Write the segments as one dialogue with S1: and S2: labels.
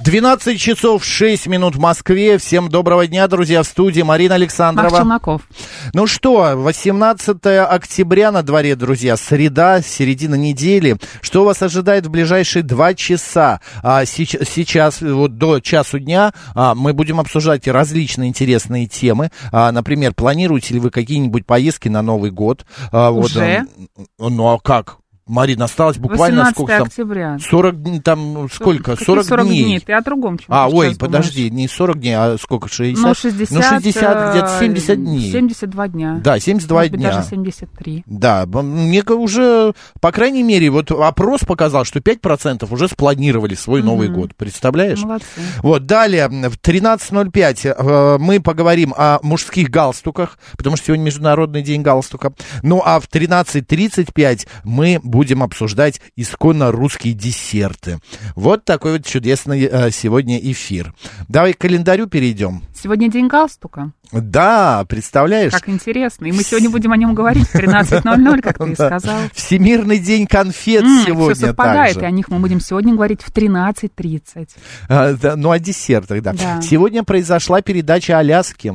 S1: 12 часов 6 минут в Москве. Всем доброго дня, друзья, в студии Марина
S2: Марк
S1: Александрова.
S2: Челноков.
S1: Ну что, 18 октября на дворе, друзья, среда, середина недели. Что вас ожидает в ближайшие два часа? А, сеч- сейчас, вот до часу дня, а, мы будем обсуждать различные интересные темы. А, например, планируете ли вы какие-нибудь поездки на Новый год? А, вот,
S2: Уже?
S1: а, ну а как? Марина, осталось буквально
S2: 18
S1: сколько там?
S2: октября.
S1: 40, дн- там, сколько?
S2: Какие
S1: 40,
S2: 40
S1: дней.
S2: дней. Ты о другом чем
S1: А, ой, подожди, не 40 дней, а сколько? 60?
S2: Ну, 60,
S1: Ну, 60, где-то
S2: э,
S1: 70 дней.
S2: 72 дня.
S1: Да, 72
S2: Может быть,
S1: дня.
S2: даже 73.
S1: Да, б- мне ка- уже, по крайней мере, вот опрос показал, что 5% уже спланировали свой Новый год. Представляешь?
S2: Молодцы.
S1: Вот, далее, в 13.05 э, мы поговорим о мужских галстуках, потому что сегодня Международный день галстука. Ну, а в 13.35 мы будем обсуждать исконно русские десерты. Вот такой вот чудесный э, сегодня эфир. Давай к календарю перейдем.
S2: Сегодня день галстука.
S1: Да, представляешь?
S2: Как интересно. И мы сегодня будем о нем говорить в 13.00, как ты и
S1: Да.
S2: сказал.
S1: Всемирный день конфет сегодня
S2: все совпадает,
S1: также.
S2: и о них мы будем сегодня говорить в 13.30.
S1: А, да, ну, о десертах, да.
S2: Да.
S1: Сегодня произошла передача Аляски.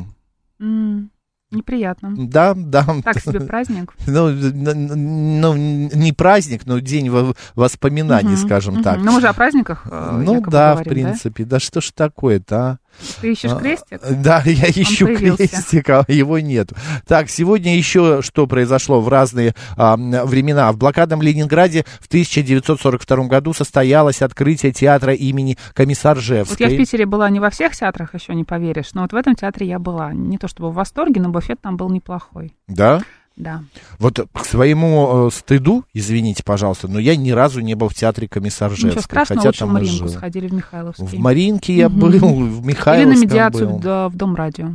S2: М, неприятно.
S1: Да, да.
S2: Так себе праздник.
S1: Ну, н- н- ну, не праздник, но день во- воспоминаний,
S2: Мгм,
S1: скажем
S2: мгм.
S1: так.
S2: Ну, мы же о праздниках э,
S1: Ну
S2: якобы
S1: да, в
S2: говорим,
S1: принципе. Да? что ж такое-то, а?
S2: Ты ищешь
S1: А,
S2: крестик?
S1: Да, я ищу
S2: появился.
S1: крестик, а его нет. Так, сегодня еще что произошло в разные а, м, времена. В блокадном Ленинграде в 1942 году состоялось открытие театра имени
S2: Вот я в
S1: Комиссаржевской.
S2: Питере была не во всех театрах, еще не поверишь, но вот в этом театре я была. Не то чтобы в восторге, но буфет там был неплохой.
S1: да?
S2: Да.
S1: Вот к своему э, стыду, извините, пожалуйста, но я ни разу не был в театре
S2: Ничего
S1: Комиссаржевской,
S2: страшного,
S1: хотя
S2: лучше в
S1: там и
S2: Маринку
S1: жил.
S2: сходили в
S1: В
S2: Михайловский.
S1: Маринке я
S2: Мгм.
S1: был, в
S2: Или
S1: Михайловском
S2: на медиацию
S1: был.
S2: в, да, в Дом радио.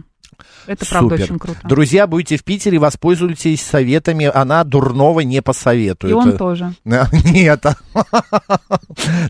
S2: Это правда
S1: Супер.
S2: очень круто.
S1: Друзья, будете в Питере, воспользуйтесь советами. Она дурного не посоветует.
S2: И он
S1: Э,
S2: тоже.
S1: Да, Нет.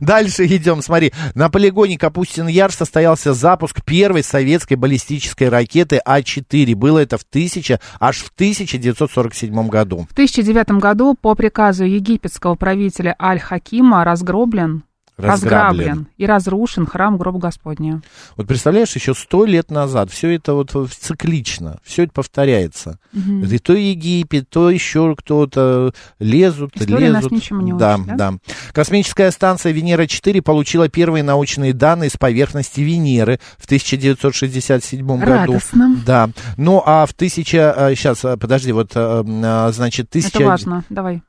S1: Дальше идем. Смотри, на полигоне Капустин-Яр состоялся запуск первой советской баллистической ракеты А4. Было это в 1000, аж в 1947 году.
S2: В 2009 году по приказу египетского правителя Аль-Хакима разгроблен, разграблен. и разрушен храм гроба Господня.
S1: Вот представляешь, еще сто лет назад все это вот в- циклично, все это повторяется. И то Египет, то еще кто-то лезут,
S2: История нас
S1: лезут.
S2: ничему не
S1: да,
S2: учит,
S1: да, Космическая станция Венера-4 получила первые научные данные с поверхности Венеры в 1967 году.
S2: Радостно.
S1: Да. Ну а в тысяча... Сейчас, подожди, вот, э, м, а, значит, тысяча...
S2: Это важно. Давай.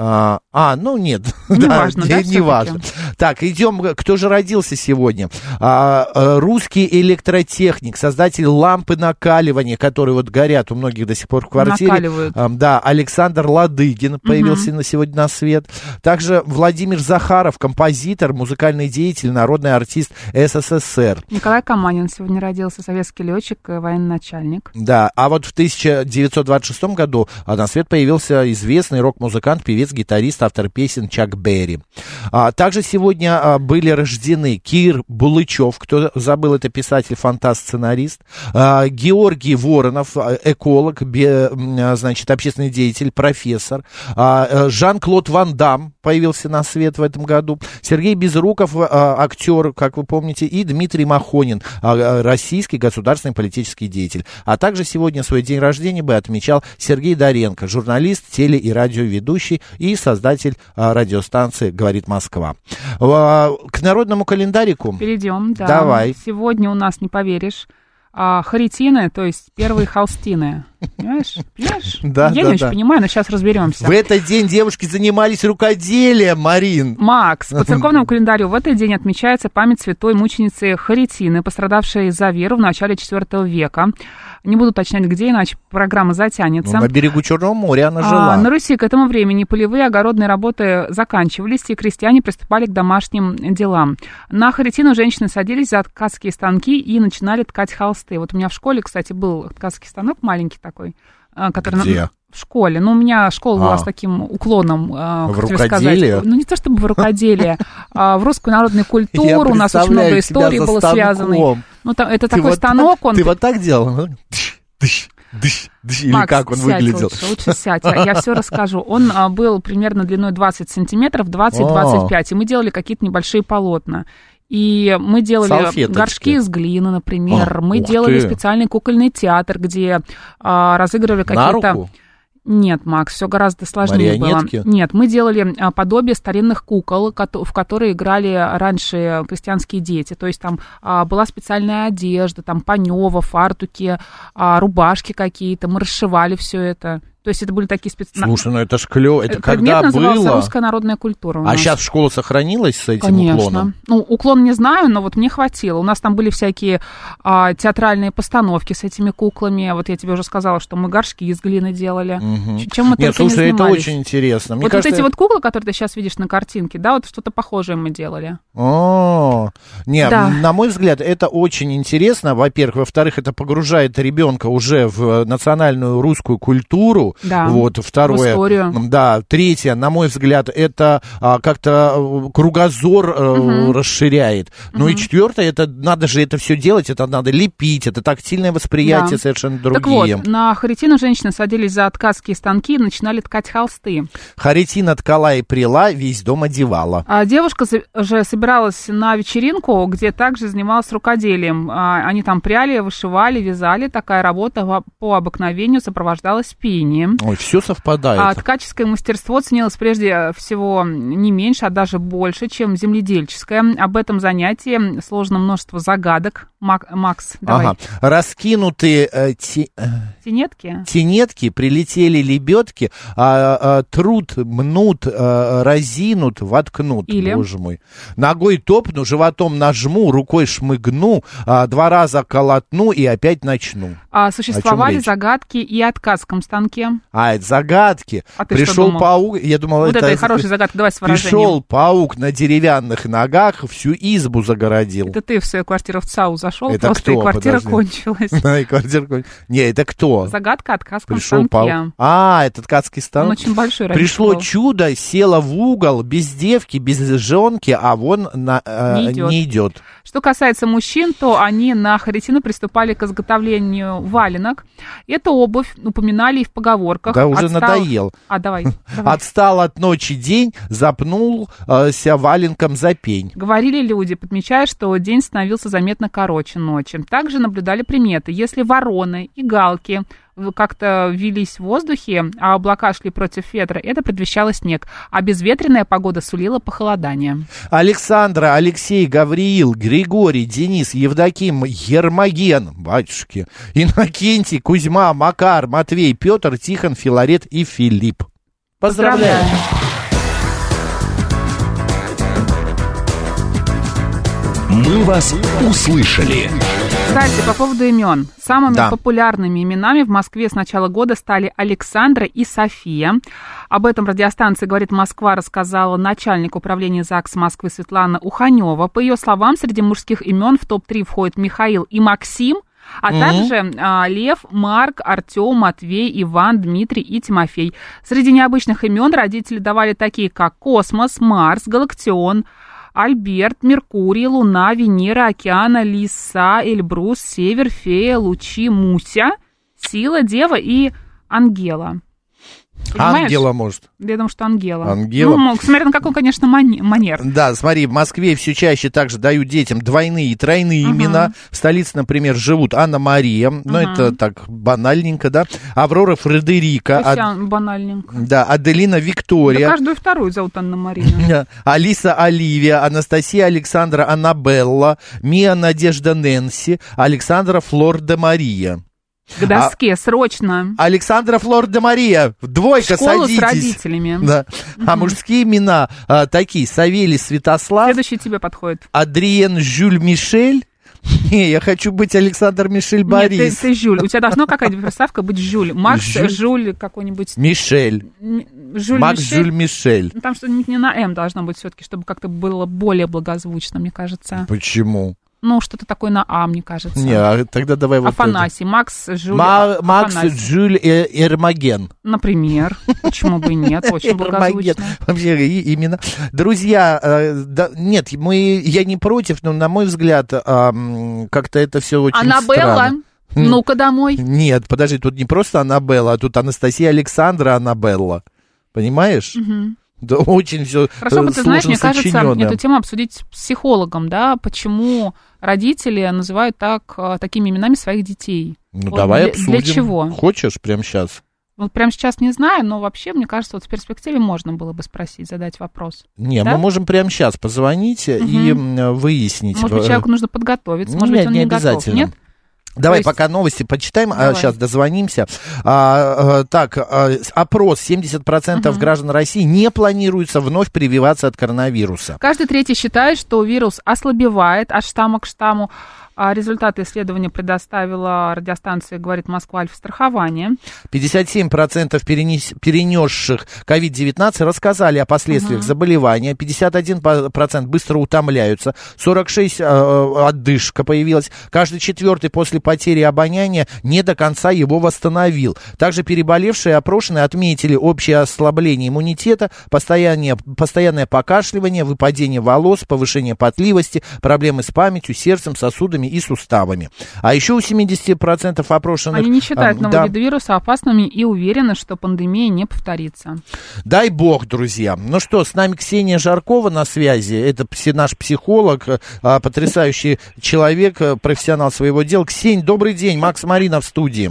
S1: А, а, ну нет,
S2: Не важно, да,
S1: не- не
S2: всё-таки?
S1: важно. Так, идем, кто же родился сегодня? А, э, русский электротехник, создатель лампы накаливания, которые вот горят у многих до сих пор в квартире.
S2: Накаливают.
S1: Ам, Да, Александр Ладыгин появился на сегодня на свет. Также Владимир Захаров, композитор, музыкальный деятель, народный артист СССР.
S2: Николай Каманин сегодня родился, советский летчик, и военачальник.
S1: Да, а вот в 1926 году а, на свет появился известный рок-музыкант, певец, гитарист, автор песен Чак Берри. А, также сегодня а, были рождены Кир Булычев, кто забыл, это писатель, фантаст, сценарист, а, Георгий Воронов, а, эколог, бе- м, а, значит, общественный деятель, профессор, а, э, Жан-Клод Ван Дам появился на свет в этом году, Сергей Безруков, а, актер, как вы помните, и Дмитрий Махонин, а, а, российский государственный политический деятель. А также сегодня свой день рождения бы отмечал Сергей Доренко, журналист, теле- и радиоведущий и создатель а, радиостанции «Говорит Москва». А, К народному календарику...
S2: Перейдем, да.
S1: Давай.
S2: Сегодня у нас, не поверишь, а, а, харитины, то есть первые холстины. Понимаешь? Понимаешь?
S1: Да,
S2: Я
S1: да,
S2: не очень
S1: да.
S2: понимаю, но сейчас разберемся.
S1: В этот день девушки занимались рукоделием, Марин.
S2: Макс, по церковному календарю в этот день отмечается память святой мученицы Харитины, пострадавшей за веру в начале IV века. Не буду уточнять, где, иначе программа
S1: Ну,
S2: затянется.
S1: на берегу Черного моря она
S2: А,
S1: жила.
S2: на Руси к этому времени полевые огородные работы заканчивались, и крестьяне приступали к домашним делам. На Харитину женщины садились за ткацкие станки и начинали ткать холсты. Вот у меня в школе, кстати, был ткацкий станок маленький такой, а, который... на-
S1: Где?
S2: В школе. Ну, у меня школа была
S1: А.
S2: с таким уклоном, а,
S1: В
S2: хотела
S1: рукоделие?
S2: сказать. Ну, не то чтобы в рукоделие, а в русскую
S1: Я
S2: народную культуру. У нас очень много
S1: представляю тебя
S2: историй
S1: за
S2: было
S1: станком.
S2: связано. Ну, та- это
S1: Ты
S2: такой
S1: вот так-
S2: станок, он
S1: Ты вот так делал? Ну, Дыш, дыш, дыш, дыш. Или
S2: Макс,
S1: как он
S2: сядь
S1: выглядел?
S2: Лучше, лучше сядь, я, все расскажу. Он а, был примерно длиной 20 сантиметров, 20-25, и мы делали какие-то небольшие полотна. И мы делали
S1: Салфеточки.
S2: горшки из глины, например.
S1: А,
S2: мы
S1: ух
S2: делали
S1: ты.
S2: специальный кукольный театр, где а, разыгрывали
S1: На
S2: какие-то...
S1: руку?
S2: Нет, Макс, все гораздо сложнее было.
S1: Марионетки?
S2: Нет, мы делали а, подобие старинных кукол, кото- в которые играли раньше крестьянские дети. То есть там а, была специальная одежда, там панева, фартуки, а, рубашки какие-то. Мы расшивали все это. То есть это были такие специальные...
S1: Слушай, ну это ж клево. Это когда
S2: назывался
S1: было?
S2: «Русская народная культура» у
S1: А
S2: нас.
S1: сейчас школа сохранилась с этим
S2: Конечно.
S1: уклоном?
S2: Ну, уклон не знаю, но вот мне хватило. У нас там были всякие а, театральные постановки с этими куклами. Вот я тебе уже сказала, что мы горшки из глины делали. Ч- Чем мы
S1: Нет,
S2: только не
S1: слушай, это
S2: занимались.
S1: очень интересно. Мне
S2: вот,
S1: кажется,
S2: вот эти вот куклы, которые ты сейчас видишь на картинке, да, вот что-то похожее мы делали.
S1: О, А, не,
S2: Да.
S1: на мой взгляд, это очень интересно. Во-первых, во-вторых, это погружает ребенка уже в э, национальную русскую культуру.
S2: Да.
S1: Вот второе.
S2: В историю.
S1: М, Да. Третье, на мой взгляд, это а, как-то э, кругозор э, расширяет. Ну и четвертое, это надо же это все делать, это надо лепить, это тактильное восприятие
S2: Да.
S1: совершенно другие.
S2: Так вот, на Харитину женщины садились за ткацкие станки и начинали ткать холсты.
S1: Харитина ткала и прила, весь дом одевала.
S2: А девушка за- же собиралась на вечеринку, где также занималась рукоделием. А, Они там пряли, вышивали, вязали. Такая работа во- по обыкновению сопровождалась пением.
S1: Ой, все совпадает.
S2: А ткаческое мастерство ценилось прежде всего не меньше, а даже больше, чем земледельческое. Об этом занятии сложно множество загадок. Мак- Макс, давай.
S1: Ага. Раскинутые э, те- э,
S2: Тенетки?
S1: тенетки, прилетели лебедки, а, а, трут, мнут, а, разинут, воткнут,
S2: Или?
S1: боже мой. Ногой топну, животом нажму, рукой шмыгну, а, два раза колотну и опять начну.
S2: А, существовали
S1: речь?
S2: загадки и о ткацком станке.
S1: А, это загадки.
S2: А ты что
S1: Пришел
S2: думал?
S1: паук, я думал,
S2: вот
S1: это...
S2: это и хорошая загадка, давай с выражением.
S1: Пришел паук на деревянных ногах, всю избу загородил.
S2: Это ты в свою квартиру в ЦАУ зашел,
S1: Это
S2: просто
S1: кто?
S2: и квартира
S1: Подожди.
S2: кончилась.
S1: И квартирку- Не, это кто?
S2: Загадка о ткацком
S1: Пришел
S2: станке.
S1: паук. А, это ткацкий
S2: Он
S1: станок.
S2: очень большой раньше
S1: Пришло
S2: был.
S1: чудо, села в угол, без девки, без жонки, а вон на, э,
S2: Не идет.
S1: не идет.
S2: Что касается мужчин, то они на Харитину приступали к изготовлению валенок. Эту обувь упоминали и в поговорках.
S1: Да уже
S2: Отстал-
S1: надоел.
S2: А, давай, давай.
S1: Отстал от ночи день, запнулся валенком за пень.
S2: Говорили люди, подмечая, что день становился заметно короче ночи. Также наблюдали приметы. Если вороны и галки в- как-то вились в воздухе, а облака шли против ветра, это предвещало снег. А безветренная погода сулила похолодание.
S1: Александра, Алексей, Гавриил, Григорий, Денис, Евдоким, Ермоген, батюшки, Иннокентий, Кузьма, Макар, Матвей, Петр, Тихон, Филарет и Филипп. Поздравляю!
S3: «Мы вас услышали».
S2: Кстати, по поводу имен. Самыми
S1: Да.
S2: популярными именами в Москве с начала года стали Александра и София. Об этом радиостанция «Говорит Москва» рассказала начальник управления ЗАГС Москвы Светлана Уханева. По ее словам, среди мужских имен в топ-3 входят Михаил и Максим, а также а, Лев, Марк, Артем, Матвей, Иван, Дмитрий и Тимофей. Среди необычных имен родители давали такие, как Космос, Марс, Галактион, Альберт, Меркурий, Луна, Венера, Океана, Лиса, Эльбрус, Север, Фея, Лучи, Муся, Сила, Дева и Ангела. Понимаешь?
S1: Ангела, может.
S2: Да Я думаю, что Ангела.
S1: Ангела.
S2: Ну, смотря на какой, конечно, мани- манер.
S1: Да, смотри, в Москве все чаще также дают детям двойные и тройные имена. В столице, например, живут Анна-Мария, ну это так банальненько, да, Аврора Фредерика,
S2: Вообще
S1: Ад-
S2: банальненько.
S1: да, Аделина
S2: Да
S1: Виктория.
S2: каждую вторую зовут Анна Марина.
S1: Алиса Оливия, Анастасия Александра Аннабелла, Мия Надежда Нэнси, Александра Флор де Мария. А
S2: К доске, срочно.
S1: Александра Флор де Мария,
S2: В
S1: двойка
S2: школу с
S1: садитесь.
S2: родителями.
S1: Да. А мужские имена а, такие, Савелий Святослав,
S2: Следующий тебе подходит.
S1: Адриен Жюль Мишель. Не, я хочу быть Александр Мишель
S2: Нет, ты,
S1: Борис.
S2: ты Жюль. У тебя должно какая-то приставка быть Жюль. Макс
S1: Жюль?
S2: Жюль, какой-нибудь.
S1: Мишель.
S2: М, Жюль
S1: Макс
S2: Мишель.
S1: Жюль Мишель.
S2: Ну, Там что-нибудь не на М должно быть все-таки, чтобы как-то было более благозвучно, мне кажется.
S1: Почему?
S2: Ну, что-то такое на А, мне кажется.
S1: Не, а тогда давай вот это.
S2: Афанасий, Макс Жюль.
S1: Ма-
S2: А-
S1: Макс
S2: Афанасий.
S1: Жюль э, Эрмаген.
S2: Например. Почему бы и нет? Очень
S1: Эрмаген.
S2: благозвучно.
S1: Вообще, и- именно. Друзья, э, да- нет, мы, я не против, но, на мой взгляд, а, м, как-то это все очень
S2: Аннабелла,
S1: странно. М.
S2: ну-ка домой.
S1: Нет, подожди, тут не просто Аннабелла, а тут Анастасия Александра Аннабелла. Понимаешь? Да очень э, все
S2: Хорошо бы, ты знаешь, мне кажется, эту тему обсудить с психологом, да, почему родители называют так, э, такими именами своих детей.
S1: Ну,
S2: Вот
S1: давай
S2: для-
S1: обсудим.
S2: Для чего?
S1: Хочешь прямо сейчас?
S2: Вот прямо сейчас не знаю, но вообще, мне кажется, вот в перспективе можно было бы спросить, задать вопрос.
S1: Не,
S2: Да?
S1: мы можем прямо сейчас позвонить и м, выяснить.
S2: Может быть,
S1: э, ну,
S2: человеку нужно подготовиться, может
S1: Нет,
S2: быть, он
S1: не
S2: не, готов.
S1: обязательно.
S2: Нет?
S1: Давай
S2: есть-
S1: пока новости почитаем, а
S2: Давай.
S1: сейчас дозвонимся. А, э, так, а, с- опрос. 70% граждан России не планируется вновь прививаться от коронавируса.
S2: Каждый третий считает, что вирус ослабевает от штамма к штамму. А Результаты исследования предоставила радиостанция «Говорит Москва» Альфстрахование.
S1: 57% перенес- перенесших COVID-19 рассказали о последствиях заболевания. 51% быстро утомляются. 46% э, отдышка появилась. Каждый четвертый после потери обоняния не до конца его восстановил. Также переболевшие и опрошенные отметили общее ослабление иммунитета, постоянное, постоянное покашливание, выпадение волос, повышение потливости, проблемы с памятью, сердцем, сосудами и суставами. А еще у 70% опрошенных...
S2: Они не считают
S1: эм,
S2: новые
S1: да.
S2: виды вируса опасными и уверены, что пандемия не повторится.
S1: Дай бог, друзья. Ну что, с нами Ксения Жаркова на связи. Это пси- наш психолог, э, а, потрясающий человек, э, профессионал своего дела. Ксень, добрый день. Макс Марина в студии.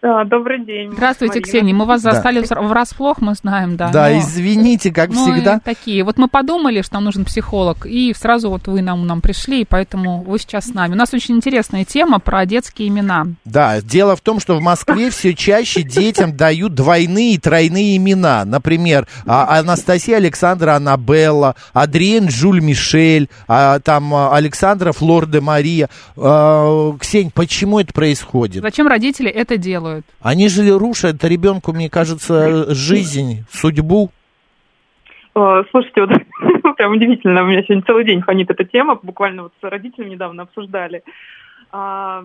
S4: Да, добрый день.
S2: Здравствуйте,
S4: Марина.
S2: Ксения. Мы вас
S1: Да.
S2: застали вра- врасплох, мы знаем, да.
S1: Да,
S2: но-
S1: извините, как
S2: но и
S1: всегда.
S2: такие. Вот мы подумали, что нам нужен психолог, и сразу вот вы нам, нам пришли, и поэтому вы сейчас с нами. У нас очень интересная тема про детские имена.
S1: Да, дело в том, что в Москве все чаще детям дают двойные и тройные имена. Например, а, Анастасия Александра Аннабелла, Адриен Жюль Мишель, а, там а, Александра Флор де Мария. А, Ксень, почему это происходит?
S2: Зачем родители это делают?
S1: Они же рушат ребенку, мне кажется, жизнь, судьбу.
S4: Э, Слушайте, вот прям удивительно, у меня сегодня целый день фонит эта тема, буквально вот с родителями недавно обсуждали. А,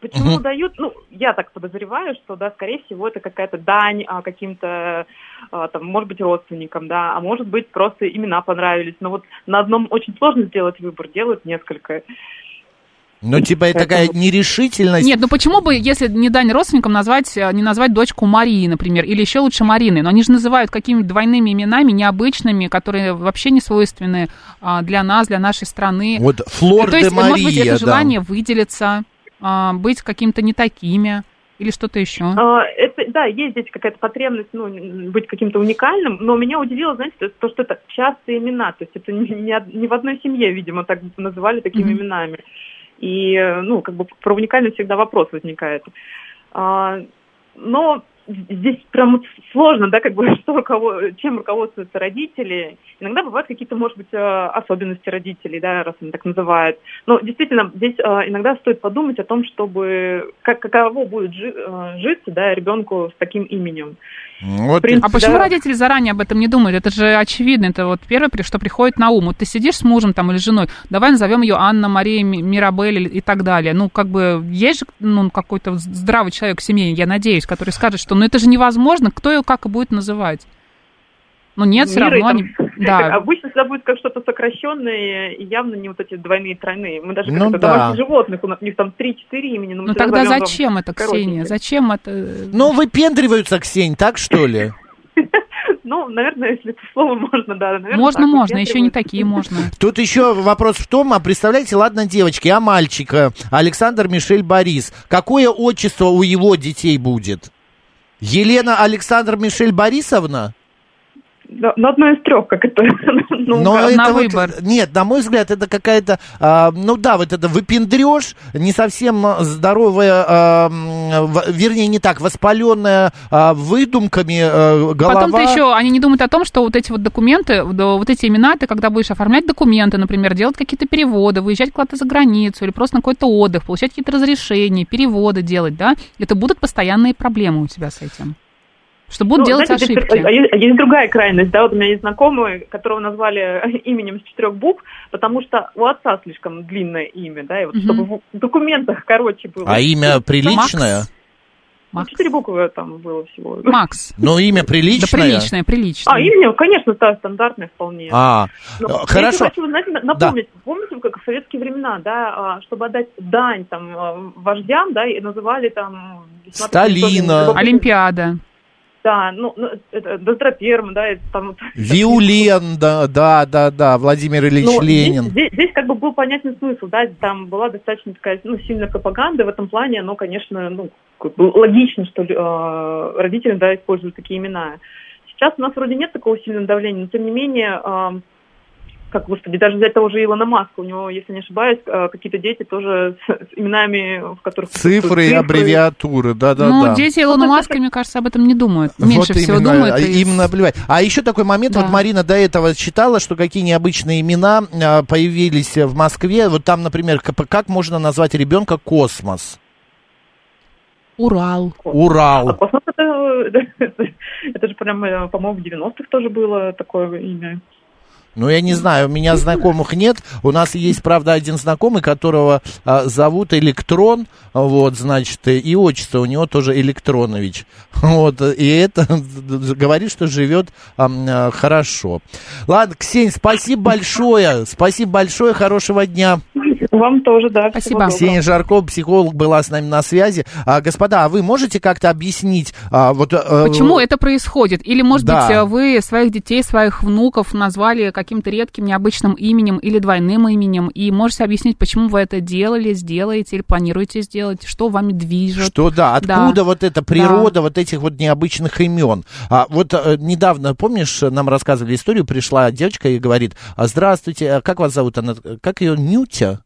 S4: Почему
S1: Мгм.
S4: дают? Ну, я так подозреваю, что, да, скорее всего, это какая-то дань а, каким-то, а, там, может быть, родственникам, да, а может быть, просто имена понравились. Но вот на одном очень сложно сделать выбор, делают несколько.
S1: Ну, типа, это такая нерешительность.
S2: Нет, ну почему бы, если не дань родственникам, назвать, э, не назвать дочку Марии, например, или еще лучше Марины? Но они же называют какими-то двойными именами, необычными, которые вообще не свойственны а, для нас, для нашей страны.
S1: Вот Флор
S2: Ну, То
S1: де
S2: есть,
S1: Мария,
S2: может быть,
S1: да.
S2: это желание выделиться, а, быть каким-то не такими или что-то еще.
S4: А, Это, да, есть здесь какая-то потребность ну, н- быть каким-то уникальным, но меня удивило, знаете, то, то, что это частые имена, то есть это не, не од- не в одной семье, видимо, так называли такими
S2: Мгм.
S4: именами. И, э, ну, как бы про уникальность всегда вопрос возникает. А, но здесь прям вот сложно, да, как бы, что руково- чем руководствуются родители. Иногда бывают какие-то, может быть, э, особенности родителей, да, раз они так называют. Но действительно, здесь э, иногда стоит подумать о том, чтобы как, каково будет жи- э, житься, да, ребенку с таким именем.
S1: Вот
S4: в принципе,
S2: А почему
S4: да.
S2: родители заранее об этом не думают? Это же очевидно, это вот первое, при- что приходит на ум. Вот ты сидишь с мужем там или женой, давай назовем ее Анна, Мария, Ми- Мирабель или- и так далее. Ну, как бы есть же ну, какой-то здравый человек в семье, я надеюсь, который скажет, что ну это же невозможно, кто ее как и будет называть? Ну нет, все
S4: Мира и
S2: равно
S4: там-
S2: они... Да.
S4: Обычно всегда будет как что-то сокращенное, и явно не вот эти двойные тройные. Мы даже
S1: Ну
S4: как-то
S1: да.
S4: домашних животных, у нас у них там 3-4 имени. но мы
S2: Ну
S4: всегда
S2: тогда
S4: зовем там
S2: зачем это, Ксения?
S4: коротенькие.
S2: Зачем это?
S1: Ну, выпендриваются, Ксень, так что ли?
S4: Ну, наверное, если это слово можно, да. Наверное,
S2: можно,
S4: так вот
S2: можно, еще не
S4: ветривают.
S2: такие можно.
S1: Тут еще вопрос в том, а представляете, ладно, девочки, а мальчика Александр Мишель Борис, какое отчество у его детей будет? Елена Александр Мишель Борисовна?
S4: Да, Ну, одно из трех, как это. ну,
S1: Но
S4: да.
S1: это
S2: на
S1: вот-
S2: выбор.
S1: нет, на мой взгляд, это какая-то, а, ну да, вот это выпендреж, не совсем а, здоровая, а, м, в- вернее, не так, воспаленная а, выдумками а, голова.
S2: Потом ты еще, они не думают о том, что вот эти вот документы, да, вот эти имена, ты когда будешь оформлять документы, например, делать какие-то переводы, выезжать куда-то за границу или просто на какой-то отдых, получать какие-то разрешения, переводы делать, да, это будут постоянные проблемы у тебя с этим. Что будут
S4: Ну,
S2: делать
S4: знаете, здесь- а
S2: ошибки.
S4: есть, а есть другая крайность, да, вот у меня есть знакомый, которого назвали именем с четырех букв, потому что у отца слишком длинное имя, да, и вот
S2: Мгм.
S4: чтобы в документах короче было.
S1: А имя приличное?
S4: Ну,
S2: Макс.
S4: Четыре буквы там было всего.
S2: Макс.
S1: Ну, имя
S2: Да
S1: приличное.
S2: приличное, приличное.
S4: А, имя, конечно, да, стандартное вполне.
S1: А,
S4: Но Ну,
S1: э,
S4: я еще
S1: хорошо.
S4: хочу, знаете, на- напомнить, помните, как в советские времена, да, а, чтобы отдать дань там а, вождям, да, и называли там...
S1: Сталина.
S2: Олимпиада.
S4: Да, ну, ну, это, Доздроперм, да, и там... вот-
S1: Виулен, да, да, да, да, Владимир Ильич
S4: Ну,
S1: Ленин.
S4: Здесь, здесь- здесь как бы был понятен смысл, да, там была достаточно такая, ну, сильная пропаганда в этом плане, но, конечно, ну, как бы логично, что э, родители, да, используют такие имена. Сейчас у нас вроде нет такого сильного давления, но, тем не менее, эм, как, господи, даже взять того же Илона Маска, у него, если не ошибаюсь, э, какие-то дети тоже с, с именами, в которых...
S1: Цифры и аббревиатуры, да, да,
S2: ну,
S1: да.
S2: дети Илона Маска, мне кажется, об этом не думают.
S1: Вот
S2: Меньше всего
S1: именно,
S2: думают.
S1: а,
S2: и-
S1: им наплевать. А еще такой момент,
S2: Да.
S1: вот Марина до этого читала, что какие необычные имена а, появились в Москве. Вот там, например, как, как можно назвать ребенка космос?
S2: Урал.
S4: А
S1: Урал.
S4: космос это, это же прям, э, по-моему, в 90-х тоже было такое имя.
S1: Ну, я не знаю, у меня знакомых нет. У нас есть, правда, один знакомый, которого а, зовут Электрон, вот, значит, и- и отчество у него тоже Электронович. Вот, и это говорит, что живет ам, а, хорошо. Ладно, Ксень, спасибо большое, спасибо большое, хорошего дня.
S4: Вам тоже, да. всего
S2: Спасибо.
S4: доброго.
S1: Ксения Жарко, психолог, была с нами на связи. А, господа, а вы можете как-то объяснить, а, вот... э,
S2: Почему это происходит? Или, может
S1: Да.
S2: быть, вы своих детей, своих внуков назвали каким-то редким, необычным именем или двойным именем, и можете объяснить, почему вы это делали, сделаете или планируете сделать, что вами движет.
S1: Что да,
S2: Да.
S1: откуда вот эта природа вот этих вот необычных имен? А, вот э, недавно, помнишь, нам рассказывали историю, пришла девочка и говорит, «А, здравствуйте, а как вас зовут? Она, э, как ее, Нютя?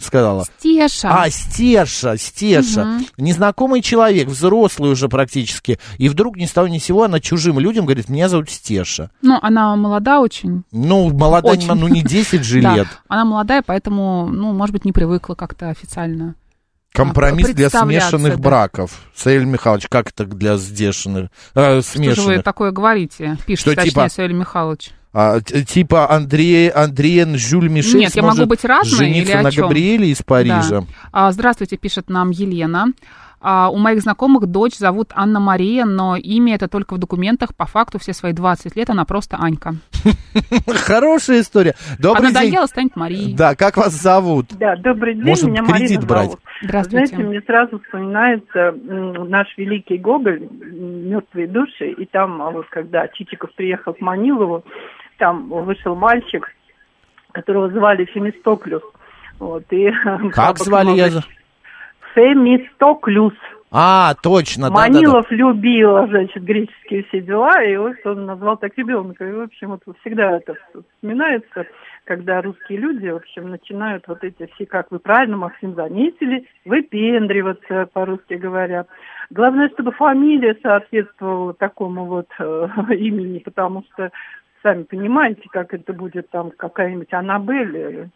S1: Сказала.
S2: Стеша.
S1: А, Стерша, Стерша. Незнакомый человек, взрослый уже практически. И вдруг ни с того ни с сего она чужим людям говорит, меня зовут Стерша.
S2: Ну, она молода очень.
S1: Ну, молодая,
S2: Очень.
S1: ну не 10 же
S2: Да.
S1: лет.
S2: Она молодая, поэтому, ну, может быть, не привыкла как-то официально.
S1: Компромисс для
S2: Представляться,
S1: смешанных
S2: да.
S1: браков. Саиль Михайлович, как это для здешенных, э, смешанных?
S2: Что же вы такое говорите? Пишет,
S1: Что,
S2: точнее,
S1: типа-
S2: Савелий Михайлович.
S1: А, т- типа Андрей, Андриен Жюль Мишель
S2: Нет, я могу
S1: сможет
S2: быть разной
S1: жениться
S2: или о
S1: на
S2: чем?
S1: Габриэле из Парижа.
S2: А, Здравствуйте, пишет нам Елена. А, У моих знакомых дочь зовут Анна Мария, но имя это только в документах. По факту все свои 20 лет она просто Анька.
S1: Хорошая история. Добрый
S2: она
S1: день.
S2: доела, станет Марией.
S1: Да, как вас зовут?
S5: Да, добрый день,
S1: Может,
S5: меня
S1: кредит
S5: Марина
S1: брать?
S5: зовут.
S2: Здравствуйте.
S5: Знаете, мне сразу вспоминается м, наш великий Гоголь м, «Мертвые души», и там, а, вот когда Чичиков приехал в Манилову, там вышел мальчик, которого звали Фемистоклюс. Вот, и,
S1: Как звали я? за-
S5: Фемистоклюс.
S1: А, точно, да, да, да.
S5: Манилов любил, значит, греческие все дела, и вот он назвал так ребенка. И, в общем, вот всегда это вспоминается, когда русские люди, в общем, начинают вот эти все, как вы правильно, Максим, заметили, выпендриваться, по-русски говоря. Главное, чтобы фамилия соответствовала такому вот э, имени, потому что, сами понимаете, как это будет там какая-нибудь Аннабель или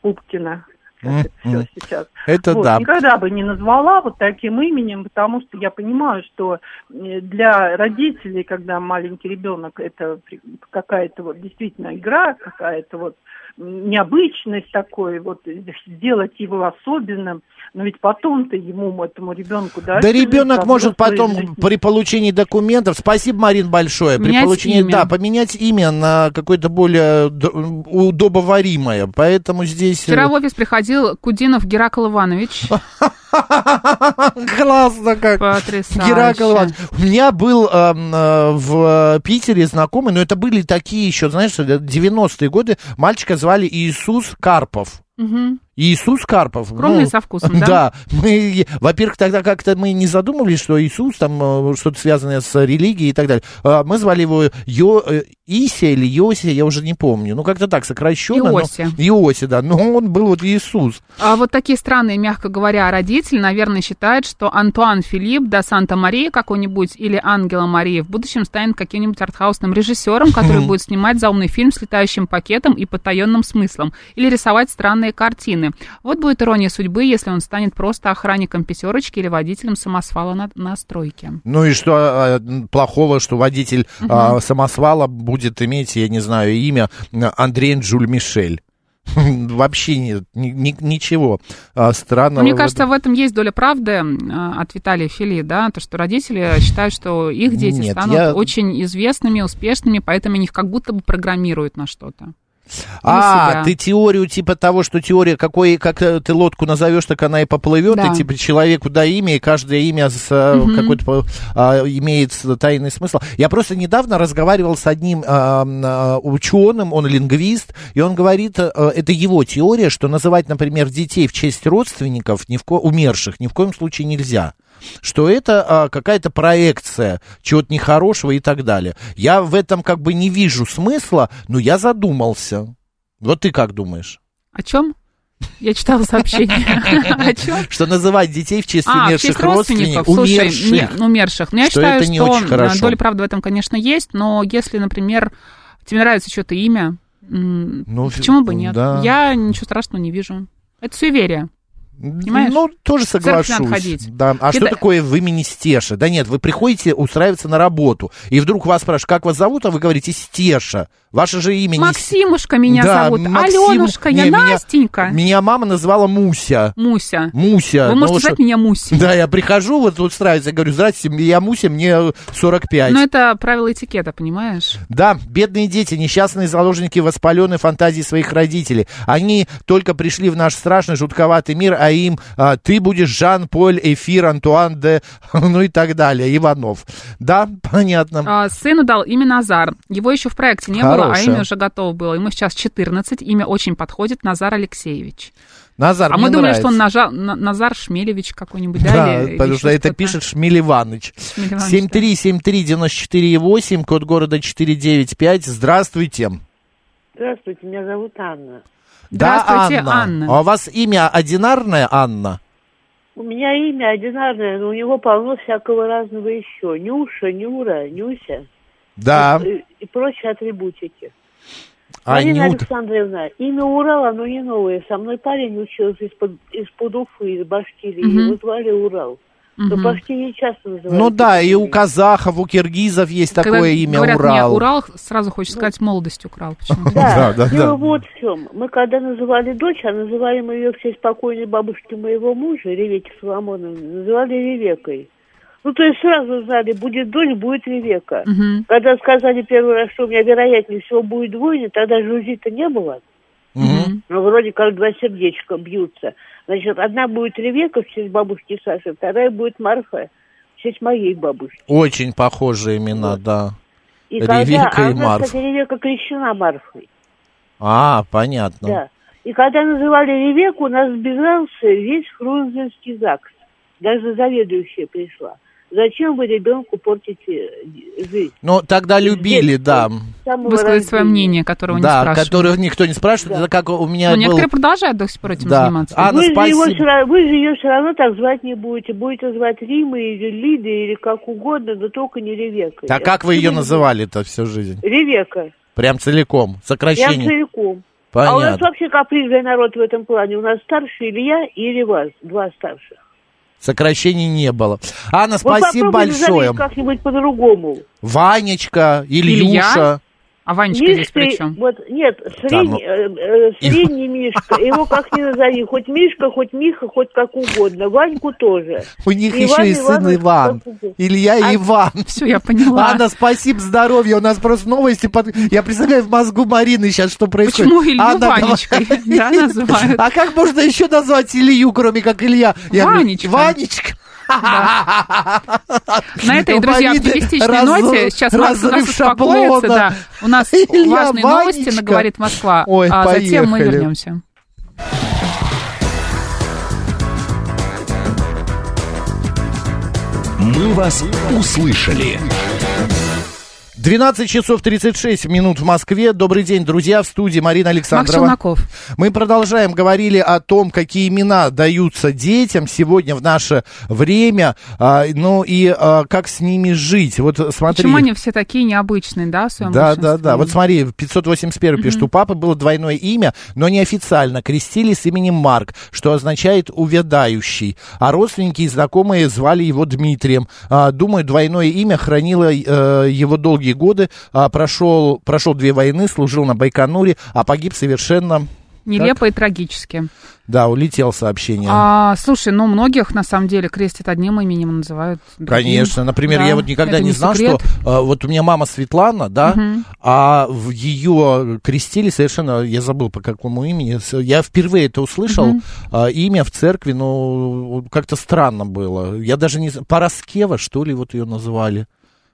S5: Пупкина. Как
S1: М,
S5: это всё
S1: м.
S5: сейчас.
S1: Это
S5: Вот,
S1: да.
S5: Никогда бы не назвала вот таким именем, потому что я понимаю, что э, для родителей, когда маленький ребенок, это при- какая-то вот действительно игра, какая-то вот м, необычность такой, вот э, сделать его особенным, но ведь потом-то ему, этому ребенку...
S1: Да ребенок может потом при получении документов, спасибо, Марин, большое, при
S2: Менять
S1: получении,
S2: имя.
S1: да, поменять имя на какое-то более д- удобоваримое, поэтому здесь... э,
S2: Вчера в офис приходил Кудинов Геракл Иванович.
S1: Классно как.
S2: Потрясающе.
S1: Геракл Иванович. У меня был эм, э, в Питере знакомый, но это были такие еще, знаешь, 90-е годы. Мальчика звали Иисус Карпов.
S2: Мгм.
S1: Иисус Карпов. ну,
S2: Скромный со вкусом, да?
S1: Да. Мы, во-первых, тогда как-то мы не задумывались, что Иисус там э, что-то связанное с религией и так далее. А Мы звали его Йо, э, Ися или Йося, я уже не помню. Ну, как-то так сокращенно. но-
S2: Иося.
S1: Иося, да. Но он был вот Иисус.
S2: А вот такие странные, мягко говоря, родители, наверное, считают, что Антуан Филипп да Санта-Мария какой-нибудь или Ангела Мария в будущем станет каким-нибудь артхаусным режиссером, который будет снимать заумный фильм с летающим пакетом и потаенным смыслом, или рисовать странные картины. Вот будет ирония судьбы, если он станет просто охранником пятерочки или водителем самосвала на, на стройке.
S1: Ну и что э, плохого, что водитель э, самосвала будет иметь, я не знаю, имя э, Андреин Джуль Мишель. Вообще нет, ни- ни- ничего э, странного.
S2: Ну, Мне
S1: в
S2: кажется,
S1: этом.
S2: в этом есть доля правды э, от Виталия Фили, да, то, что родители считают, что их дети
S1: Нет,
S2: станут
S1: я-
S2: очень известными, успешными, поэтому они их как будто бы программируют на что-то.
S1: а,
S2: себя.
S1: ты теорию типа того, что теория, какой, как э, ты лодку назовешь, так она и поплывет,
S2: Да.
S1: и типа человеку дай имя, и каждое имя с, э, какой-то по- а, имеет с- тайный смысл. Я просто недавно разговаривал с одним а, м, а, ученым, он лингвист, и он говорит, э, это его теория, что называть, например, детей в честь родственников, ни в ко- умерших, ни в коем случае нельзя. что это а, какая-то проекция чего-то нехорошего и так далее. Я в этом как бы не вижу смысла, но я задумался. Вот ты как думаешь?
S2: О чем? Я читала сообщение. О чем?
S1: Что называть детей в честь
S2: А, в
S1: умерших
S2: честь родственников, слушай,
S1: умерших.
S2: не, умерших. Но я
S1: Что
S2: считаю,
S1: это не
S2: что
S1: очень
S2: э,
S1: хорошо.
S2: доля правды в этом, конечно, есть, но если, например, тебе нравится что-то имя, м,
S1: Ну,
S2: почему бы нет?
S1: да.
S2: Я ничего страшного не вижу. Это суеверие. понимаешь?
S1: Ну, тоже
S2: церковь
S1: соглашусь.
S2: надо ходить.
S1: Да. А
S2: Ты
S1: что
S2: да-
S1: такое вы имени Стеша? Да нет, вы приходите устраиваться на работу, и вдруг вас спрашивают, как вас зовут, а вы говорите Стеша. Ваше же имя не С-
S2: Максимушка меня
S1: Да,
S2: зовут,
S1: Максим-
S2: Аленушка, я
S1: Не, меня-
S2: Настенька.
S1: Меня мама назвала Муся.
S2: Муся.
S1: Муся.
S2: Вы
S1: Ну,
S2: можете
S1: что-
S2: звать меня Муси.
S1: Да, я прихожу, вот тут я говорю, здравствуйте, я Муся, мне 45.
S2: Но Ну, это правило этикета, понимаешь?
S1: Да, бедные дети, несчастные заложники воспаленной фантазии своих родителей. Они только пришли в наш страшный, жутковатый мир, а им а, ты будешь Жан-Поль, Эфир, Антуан де, ну и так далее, Иванов. Да, понятно.
S2: А, Сыну дал имя Назар. Его еще в проекте не было, а
S1: Хорошее.
S2: имя уже готово было. Ему сейчас 14, имя очень подходит, Назар Алексеевич.
S1: Назар,
S2: а
S1: мне
S2: мы думали,
S1: нравится.
S2: что он Нажа- На- Назар Шмелевич какой-нибудь, да?
S1: Да,
S2: или- или
S1: потому что
S2: еще
S1: это
S2: что-то.
S1: пишет Шмель Иваныч.
S2: Шмель Иванович,
S1: 7373948, код города 495. Здравствуйте.
S6: Здравствуйте, меня зовут Анна.
S1: Да,
S2: Здравствуйте, Анна.
S1: А у вас имя одинарное, Анна?
S6: У меня имя одинарное, но у него полно всякого разного еще. Нюша, Нюра, Нюся
S1: Да,
S6: и, и прочие атрибутики.
S1: А,
S6: Марина
S1: Анют.
S6: Александровна, имя Урал, оно не новое. Со мной парень учился из-под, из-под Уфы, из Башкирии.
S2: Мгм.
S6: Его звали Урал. Но
S2: Мгм.
S6: Башкирии часто называют.
S1: Ну да, и у
S6: Башкирией.
S1: казахов, у киргизов есть
S2: Когда
S1: такое имя
S2: говорят мне
S1: Урал. Ну.
S2: Урал, сразу хочешь сказать, молодость украл. почему-то.
S1: Да,
S6: Да,
S1: да,
S6: дело
S1: да.
S6: вот в чем. Мы когда называли дочь, а называли мы ее в честь покойной бабушки моего мужа, Ревеки Соломоновны, называли Ревекой. Ну, то есть сразу знали, будет дочь, будет Ревека.
S2: Мгм.
S6: Когда сказали первый раз, что у меня, вероятнее всего, будет двойня, тогда жузи-то не было.
S2: Мгм.
S6: Ну, вроде как два сердечка бьются. Значит, одна будет Ревека в честь бабушки Саши, вторая будет Марфа в честь моей бабушки.
S1: Очень похожие имена, да.
S6: И
S1: Ревека
S6: когда,
S1: и
S6: а у нас,
S1: Марфа.
S6: кстати, Ревека крещена Марфой.
S1: А, понятно.
S6: Да. И когда называли Ревеку, у нас сбежался весь Фрунзенский ЗАГС. Даже заведующая пришла. Зачем вы ребенку портите э, жизнь?
S1: Ну, тогда любили, да.
S6: С самого
S2: Высказать свое
S6: рождения.
S2: мнение, которого не
S1: Да,
S2: спрашивают.
S1: которых никто не спрашивает. Это как у меня
S2: Но
S1: был...
S2: некоторые продолжают до сих пор этим
S1: Да.
S2: заниматься.
S1: А, Анна,
S6: вы, же его
S1: спасибо.
S6: всё ра- вы же ее все равно так звать не будете. Будете звать Рима или Лида или как угодно, но только не Ревека.
S1: А как вы ее называли-то всю жизнь?
S6: Ревека.
S1: Прям целиком,
S6: Я
S1: сокращение.
S6: целиком. А у нас
S1: Понятно.
S6: вообще капризный народ в этом плане. У нас старший Илья и Реваз. Два старших.
S1: Сокращений не было. Анна,
S6: Вот
S1: спасибо
S6: попробуй назови
S1: большое.
S6: их как-нибудь по-другому.
S1: Ванечка,
S2: Илья?
S1: Ильюша.
S2: А Ванечка
S6: Мишка,
S2: здесь при чем?
S6: Вот, нет,
S1: Там,
S6: средний,
S1: ну,
S6: э, э, средний Мишка. Его как ни назови, хоть Мишка, хоть Миха, хоть как угодно. Ваньку тоже.
S1: У них
S6: Иван
S1: еще и сын
S6: Иванович
S1: Иван.
S6: как угодно.
S1: Илья и Иван.
S2: Все, я поняла.
S1: Анна, спасибо, здоровья. У нас просто новости. под- Я представляю в мозгу Марины сейчас, что происходит.
S2: Почему Илью
S1: Анна говорит-
S2: Ванечкой да, называют?
S1: А как можно еще назвать Илью, кроме как Илья? Я говорю,
S2: Ванечка.
S1: Ванечка.
S2: На этой, друзья,
S1: Марина,
S2: оптимистичной
S1: раз-
S2: ноте сейчас Макс у нас
S1: разрыв
S2: успокоится.
S1: шаблона.
S2: Да. У нас
S1: Илья
S2: важные новости
S1: Ванечка.
S2: на «Говорит Москва».
S1: Ой,
S2: а затем мы
S1: поехали.
S2: вернемся.
S3: «Мы вас услышали».
S1: 12 часов 36 минут в Москве. Добрый день, друзья, в студии Марина
S2: Макс
S1: Александрова.
S2: Челноков.
S1: Мы продолжаем, говорили о том, какие имена даются детям сегодня в наше время, а, ну и а, как с ними жить. Вот смотри.
S2: Почему они все такие необычные, да, в своем
S1: Да, да, да. Вот
S2: большинстве?
S1: смотри, 581 пишет, у папы было двойное имя, но неофициально крестили с именем Марк, что означает «увядающий». А родственники и знакомые звали его Дмитрием. А, думаю, двойное имя хранило э, его долгие годы. А, прошел, прошел две войны, служил на Байконуре, а погиб совершенно...
S2: Нелепо и трагически.
S1: Да, улетел сообщение.
S2: А, слушай, ну многих на самом деле крестят одним именем, называют другим.
S1: Конечно. Например,
S2: Да,
S1: я вот никогда
S2: это
S1: не, знал,
S2: секрет.
S1: что э, вот у меня мама Светлана, да, а в ее крестили совершенно, я забыл по какому имени. с- Я впервые это услышал э, имя в церкви, но как-то странно было. Я даже не знаю, Параскева, что ли, вот ее называли.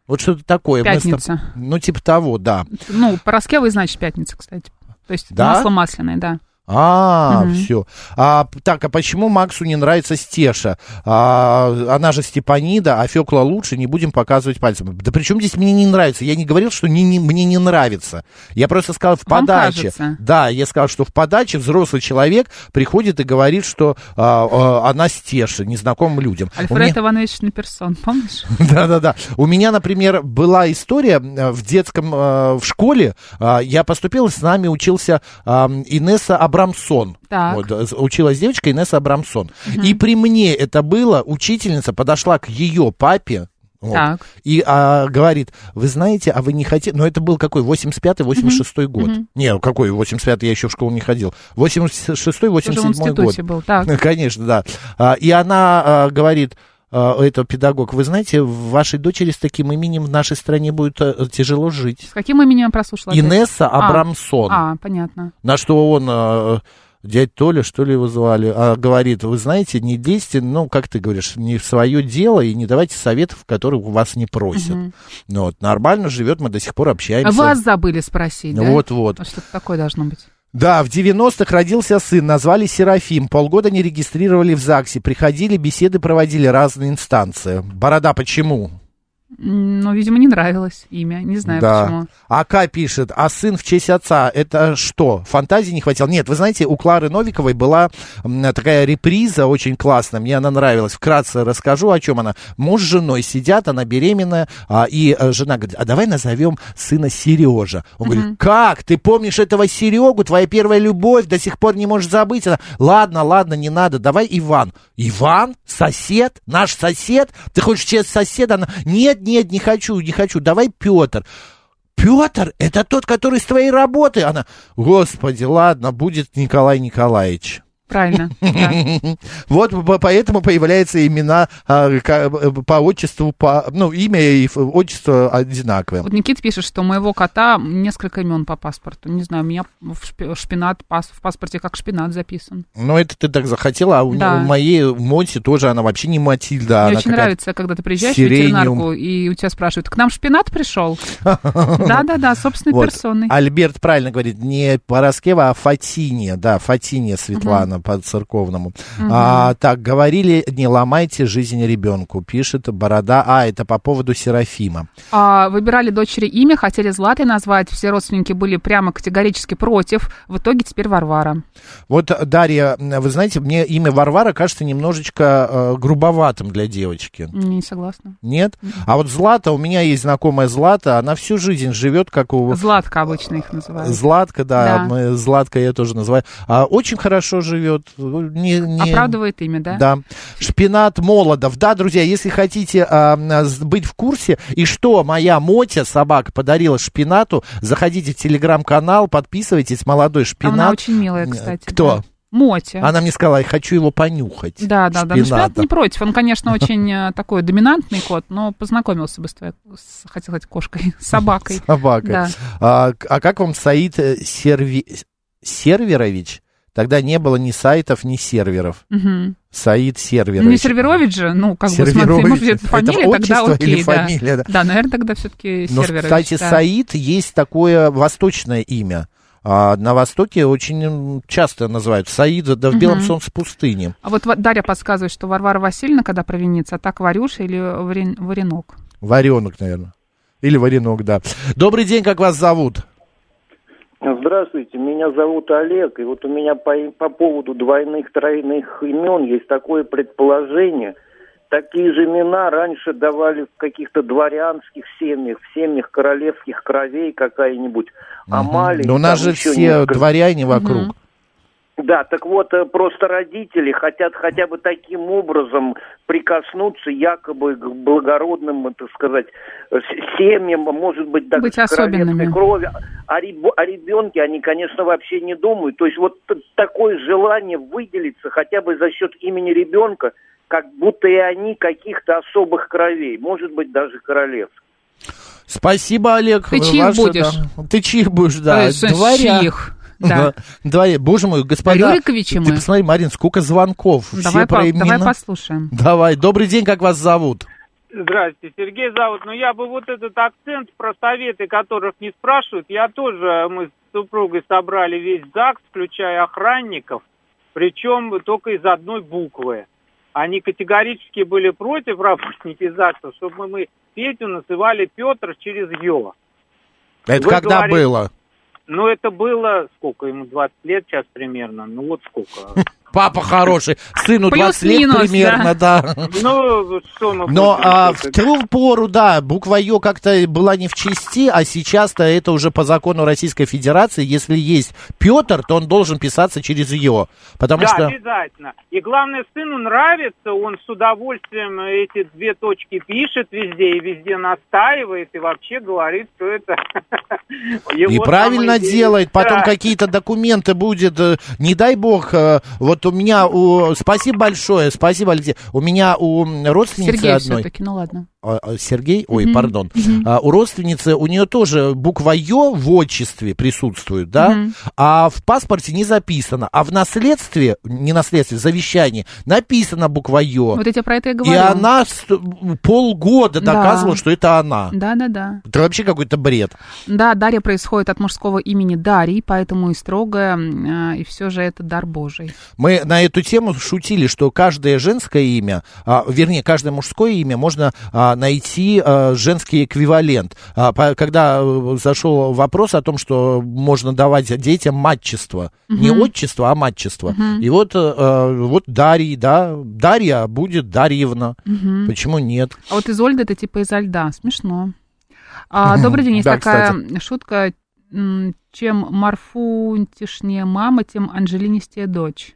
S1: Вот что-то такое. Вместо-
S2: Пятница.
S1: ну, типа того, да.
S2: Ну, Пороскевый значит пятница, кстати. То есть
S1: Да?
S2: масло масляное, да.
S1: А, все. А, п- так, а почему Максу не нравится Стеша? А, она же Степанида, а Фекла лучше, не будем показывать пальцем. Да при чем здесь мне не нравится? Я не говорил, что не- не- мне не нравится. Я просто сказал в
S2: Вам
S1: подаче.
S2: кажется.
S1: Да, я сказал, что в подаче взрослый человек приходит и говорит, что а, а, она Стеша, незнакомым людям. У
S2: Альфред
S1: меня-
S2: Иванович Наперсон, помнишь?
S1: да-да-да. У меня, например, была история э, в детском, э, в школе. Э, Я поступил, с нами учился э, Инесса Абрамсон.
S2: Так.
S1: Вот, э, с- училась девочка Инесса Абрамсон. И при мне это было, учительница подошла к ее папе, вот,
S2: Так.
S1: и а, говорит, вы знаете, а вы не хотите... Но это был какой, 85-86 год? Не, какой 85-й, я еще в школу не ходил. 86-87
S2: Тоже в институте
S1: год.
S2: был, так.
S1: Ну, Конечно, да. А, И она а, говорит, а, это педагог, вы знаете, вашей дочери с таким именем в нашей стране будет а, тяжело жить.
S2: С каким именем я прослушала? опять?
S1: Инесса
S2: А.
S1: Абрамсон.
S2: А, понятно.
S1: На что он, а, дядь Толя, что ли, его звали, а, говорит, вы знаете, не действие, ну, как ты говоришь, не в свое дело и не давайте советов, которых у вас не просят. Ну, вот, нормально живет, мы до сих пор общаемся.
S2: Вас забыли спросить, да? Ну,
S1: Вот-вот.
S2: Что-то такое должно быть.
S1: Да, в 90-х родился сын, назвали Серафим. Полгода не регистрировали в ЗАГСе. Приходили, беседы проводили, разные инстанции. Борода почему?
S2: М, Ну, видимо, не нравилось имя, не знаю
S1: да.
S2: А почему.
S1: АК пишет, а сын в честь отца, это что? Фантазии не хватило? Нет, вы знаете, у Клары Новиковой была м, такая реприза очень классная, мне она нравилась. Вкратце расскажу, о чем она. Муж с женой сидят, она беременная, а, и э, жена говорит, а давай назовем сына Сережа. Он говорит, как? Ты помнишь этого Серегу? Твоя первая любовь до сих пор не можешь забыть. Она, ладно, ладно, не надо, давай Иван. Иван? Сосед? Наш сосед? Ты хочешь в честь соседа? Она, нет, нет, не хочу, не хочу, давай Петр. Петр, это тот, который с твоей работы. Она, господи, ладно, будет Николай Николаевич.
S2: Правильно. да.
S1: Вот по- поэтому появляются имена а, ка- по отчеству, по, ну, имя и ф- отчество одинаковые.
S2: Вот Никита пишет, что у моего кота несколько имен по паспорту. Не знаю, у меня в шпи- шпинат пас- в паспорте как шпинат записан.
S1: Но Ну, это ты так захотела, а у,
S2: Да.
S1: у моей Моти тоже, она вообще не Матильда. А, она
S2: Мне очень
S1: какая-то-
S2: нравится, когда ты приезжаешь в
S1: сирениум.
S2: ветеринарку, и у тебя спрашивают, к нам шпинат пришел? Да-да-да, собственной
S1: Вот. А
S2: персоной.
S1: Альберт правильно говорит, не Пороскева, а Фатиния, да, Фатиния Светлана по-церковному. А, так, говорили, не ломайте жизнь ребенку, пишет Борода. А, это по поводу Серафима.
S2: А, выбирали дочери имя, хотели Златой назвать, все родственники были прямо категорически против. В итоге теперь Варвара.
S1: Вот, Дарья, вы знаете, мне имя Варвара кажется немножечко э, грубоватым для девочки.
S2: Не согласна.
S1: Нет? А вот Злата, у меня есть знакомая Злата, она всю жизнь живет как у...
S2: Златка обычно их называют.
S1: Златка, да,
S2: Да.
S1: мы- Златка я тоже называю. А, очень хорошо живет. живет. Не, не...
S2: Оправдывает имя, да?
S1: Да. Шпинат Молодов. Да, друзья, если хотите а, а, с- быть в курсе, и что моя Мотя, собака, подарила Шпинату, заходите в телеграм-канал, подписывайтесь, молодой Шпинат.
S2: Она очень милая, кстати.
S1: Кто?
S2: да. Мотя.
S1: Она мне сказала, я хочу его понюхать.
S2: Да, да, да. Ну, Шпинат
S1: Шпината.
S2: не против. Он, конечно, очень э, такой доминантный кот, но познакомился бы с твоей, с, хотел сказать, кошкой, с собакой.
S1: Собака.
S2: Да.
S1: А, к- а как вам Саид э, Серви... Серверович? Тогда не было ни сайтов, ни серверов.
S2: Мгм.
S1: Саид Серверович.
S2: Ну, не Серверович же, ну, как бы, смотри,
S1: Серверович.
S2: может, это
S1: Это
S2: фамилия, тогда
S1: отчество
S2: окей,
S1: или
S2: да.
S1: фамилия, да.
S2: наверное, тогда все-таки
S1: Но,
S2: Серверович.
S1: кстати,
S2: да.
S1: Саид есть такое восточное имя. А на Востоке очень м, часто называют Саид, да в Белом солнце пустыни.
S2: А вот Ва- Дарья подсказывает, что Варвара Васильевна, когда провинится, а так Варюша или Варен- Варенок.
S1: Варенок, наверное. Или варенок, да. Добрый день, как вас зовут?
S7: Здравствуйте, меня зовут Олег, и вот у меня по, по поводу двойных, тройных имен есть такое предположение. Такие же имена раньше давали в каких-то дворянских семьях, в семьях королевских кровей какая-нибудь. Амалия.
S1: Ну, у нас
S7: там
S1: же
S7: еще
S1: все
S7: несколько.
S1: дворяне вокруг.
S7: Да, так вот, э, просто родители хотят хотя бы таким образом прикоснуться якобы к благородным, э, так сказать, э, с- семьям, может быть, так,
S2: Быть
S7: с королевской
S2: особенными.
S7: крови. О, реб- о ребенке они, конечно, вообще не думают. То есть вот т- такое желание выделиться хотя бы за счет имени ребенка, как будто и они каких-то особых кровей, может быть, даже королев.
S1: Спасибо, Олег.
S2: Ты чьих
S1: Ваше,
S2: будешь?
S1: да. Ты чьих будешь, да.
S2: Э, с-
S1: Дворя-
S2: чьих? Да.
S1: Дворя- Боже мой, господа.
S2: Рюриковичи
S1: ты
S2: мы.
S1: посмотри, Марин, сколько звонков.
S2: Давай,
S1: все Типа, про
S2: по- давай
S1: имена.
S2: послушаем.
S1: Давай, добрый день, как вас зовут?
S8: Здравствуйте, Сергей Завод. Ну, я бы вот этот акцент про советы, которых не спрашивают, я тоже, э, мы с супругой собрали весь ЗАГС, включая охранников, причем только из одной буквы. Они категорически были против работники ЗАГСа, чтобы мы Петю называли Петр через Ё.
S1: Это
S8: Вы
S1: когда
S8: говорите-
S1: было?
S8: Ну, это было, сколько ему, 20 лет сейчас примерно, ну вот сколько.
S1: Папа хороший, сыну 20
S2: Плюс-минус,
S1: лет примерно, да.
S8: Ну, что мы...
S1: Но
S8: будем
S1: а, в
S8: сколько-
S1: ту пору, да, буква Ё как-то была не в чести, а сейчас-то это уже по закону Российской Федерации, если есть Петр, то он должен писаться через Ё, потому
S8: да,
S1: что...
S8: обязательно. И главное, сыну нравится, он с удовольствием эти две точки пишет везде и везде настаивает и вообще говорит, что это его
S1: И
S8: самая
S1: правильно
S8: идея.
S1: делает, потом
S8: Да.
S1: какие-то документы будет, э, не дай бог, э, вот у меня, у... спасибо большое, спасибо, Алексей, у меня у родственницы
S2: Сергей
S1: одной...
S2: все-таки, ну ладно.
S1: А, а, Сергей, ой, пардон, А, у родственницы, у нее тоже буква Ё в отчестве присутствует, да, а в паспорте не записано, а в наследстве, не наследстве, в завещании написано буква Ё,
S2: Вот я тебе про это и
S1: и
S2: говорю.
S1: она с- полгода
S2: Да.
S1: доказывала, что это она.
S2: Да, да, да.
S1: Это вообще какой-то бред.
S2: Да, Дарья происходит от мужского имени Дарий, поэтому и строгая, м, э, и все же это дар Божий.
S1: Мы на эту тему шутили, что каждое женское имя, а, вернее, каждое мужское имя можно а, найти а, женский эквивалент. А, по- когда э, зашел вопрос о том, что можно давать детям матчество. Не отчество, а матчество. И вот, э, вот Дарьи, да, Дарья а будет Дарьевна. Почему нет?
S2: А вот Изольда это типа изо льда. Смешно. А, добрый день, есть
S1: Да,
S2: такая шутка. м, Чем марфунтишнее мама, тем анжелинистее дочь.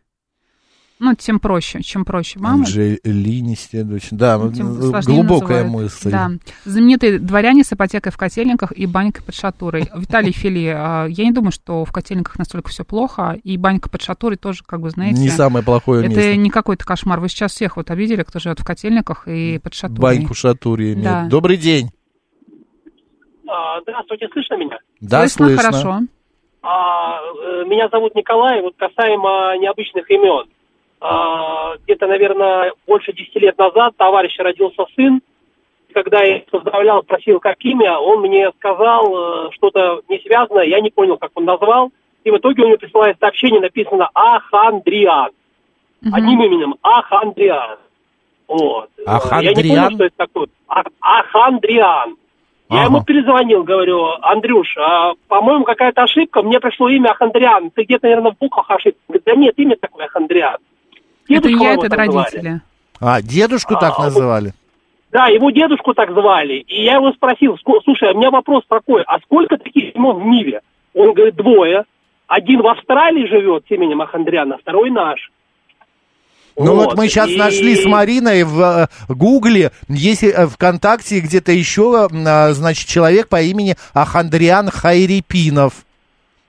S2: Ну, тем проще. Чем проще мама,
S1: Анжелине Стедович. Да,
S2: Ну,
S1: вот,
S2: тем
S1: э,
S2: сложнее
S1: глубокая
S2: называют.
S1: мысль.
S2: Да. Знаменитые дворяне с ипотекой в котельниках и банькой под шатурой. Виталий Фили, а, я не думаю, что в котельниках настолько все плохо, и банька под шатурой тоже, как бы, знаете...
S1: Не самое плохое
S2: это
S1: место.
S2: не какой-то кошмар. Вы сейчас всех вот обидели, кто живет в котельниках и под шатурой.
S1: Баньку Шатури имеет.
S2: Да.
S1: Добрый день.
S9: А, Здравствуйте, слышно меня?
S1: Да, слышно.
S2: ну, хорошо.
S9: А, э, Меня зовут Николай. Вот касаемо необычных имен. А, Где-то, наверное, больше 10 лет назад товарища родился сын. Когда я его поздравлял, спросил, как имя, он мне сказал э, что-то не связанное, я не понял, как он назвал. И в итоге он мне присылает сообщение, написано Ахандриан. Одним именем Ахандриан. Вот. Э, Я не
S1: Ахандриан?
S9: понял, что это такое. А- Ахандриан. Я
S1: Ага.
S9: ему перезвонил, говорю, Андрюш, а, по-моему, какая-то ошибка, мне пришло имя Ахандриан, ты где-то, наверное, в буквах ошибка. Говорит, да нет, имя такое Ахандриан.
S2: Это не я,
S9: его
S2: это
S9: так звали.
S2: родители.
S1: А, дедушку так называли?
S9: Да, его дедушку так звали, и я его спросил, «Ско- слушай, а у меня вопрос такой, а сколько таких имен в мире? Он говорит, двое. Один в Австралии живет с именем Ахандряна, второй наш.
S1: Ну вот, мы сейчас
S9: и-
S1: нашли с Мариной в э, Гугле, есть э, ВКонтакте и где-то еще, м, а, значит, человек по имени Ахандриан Хайрипинов.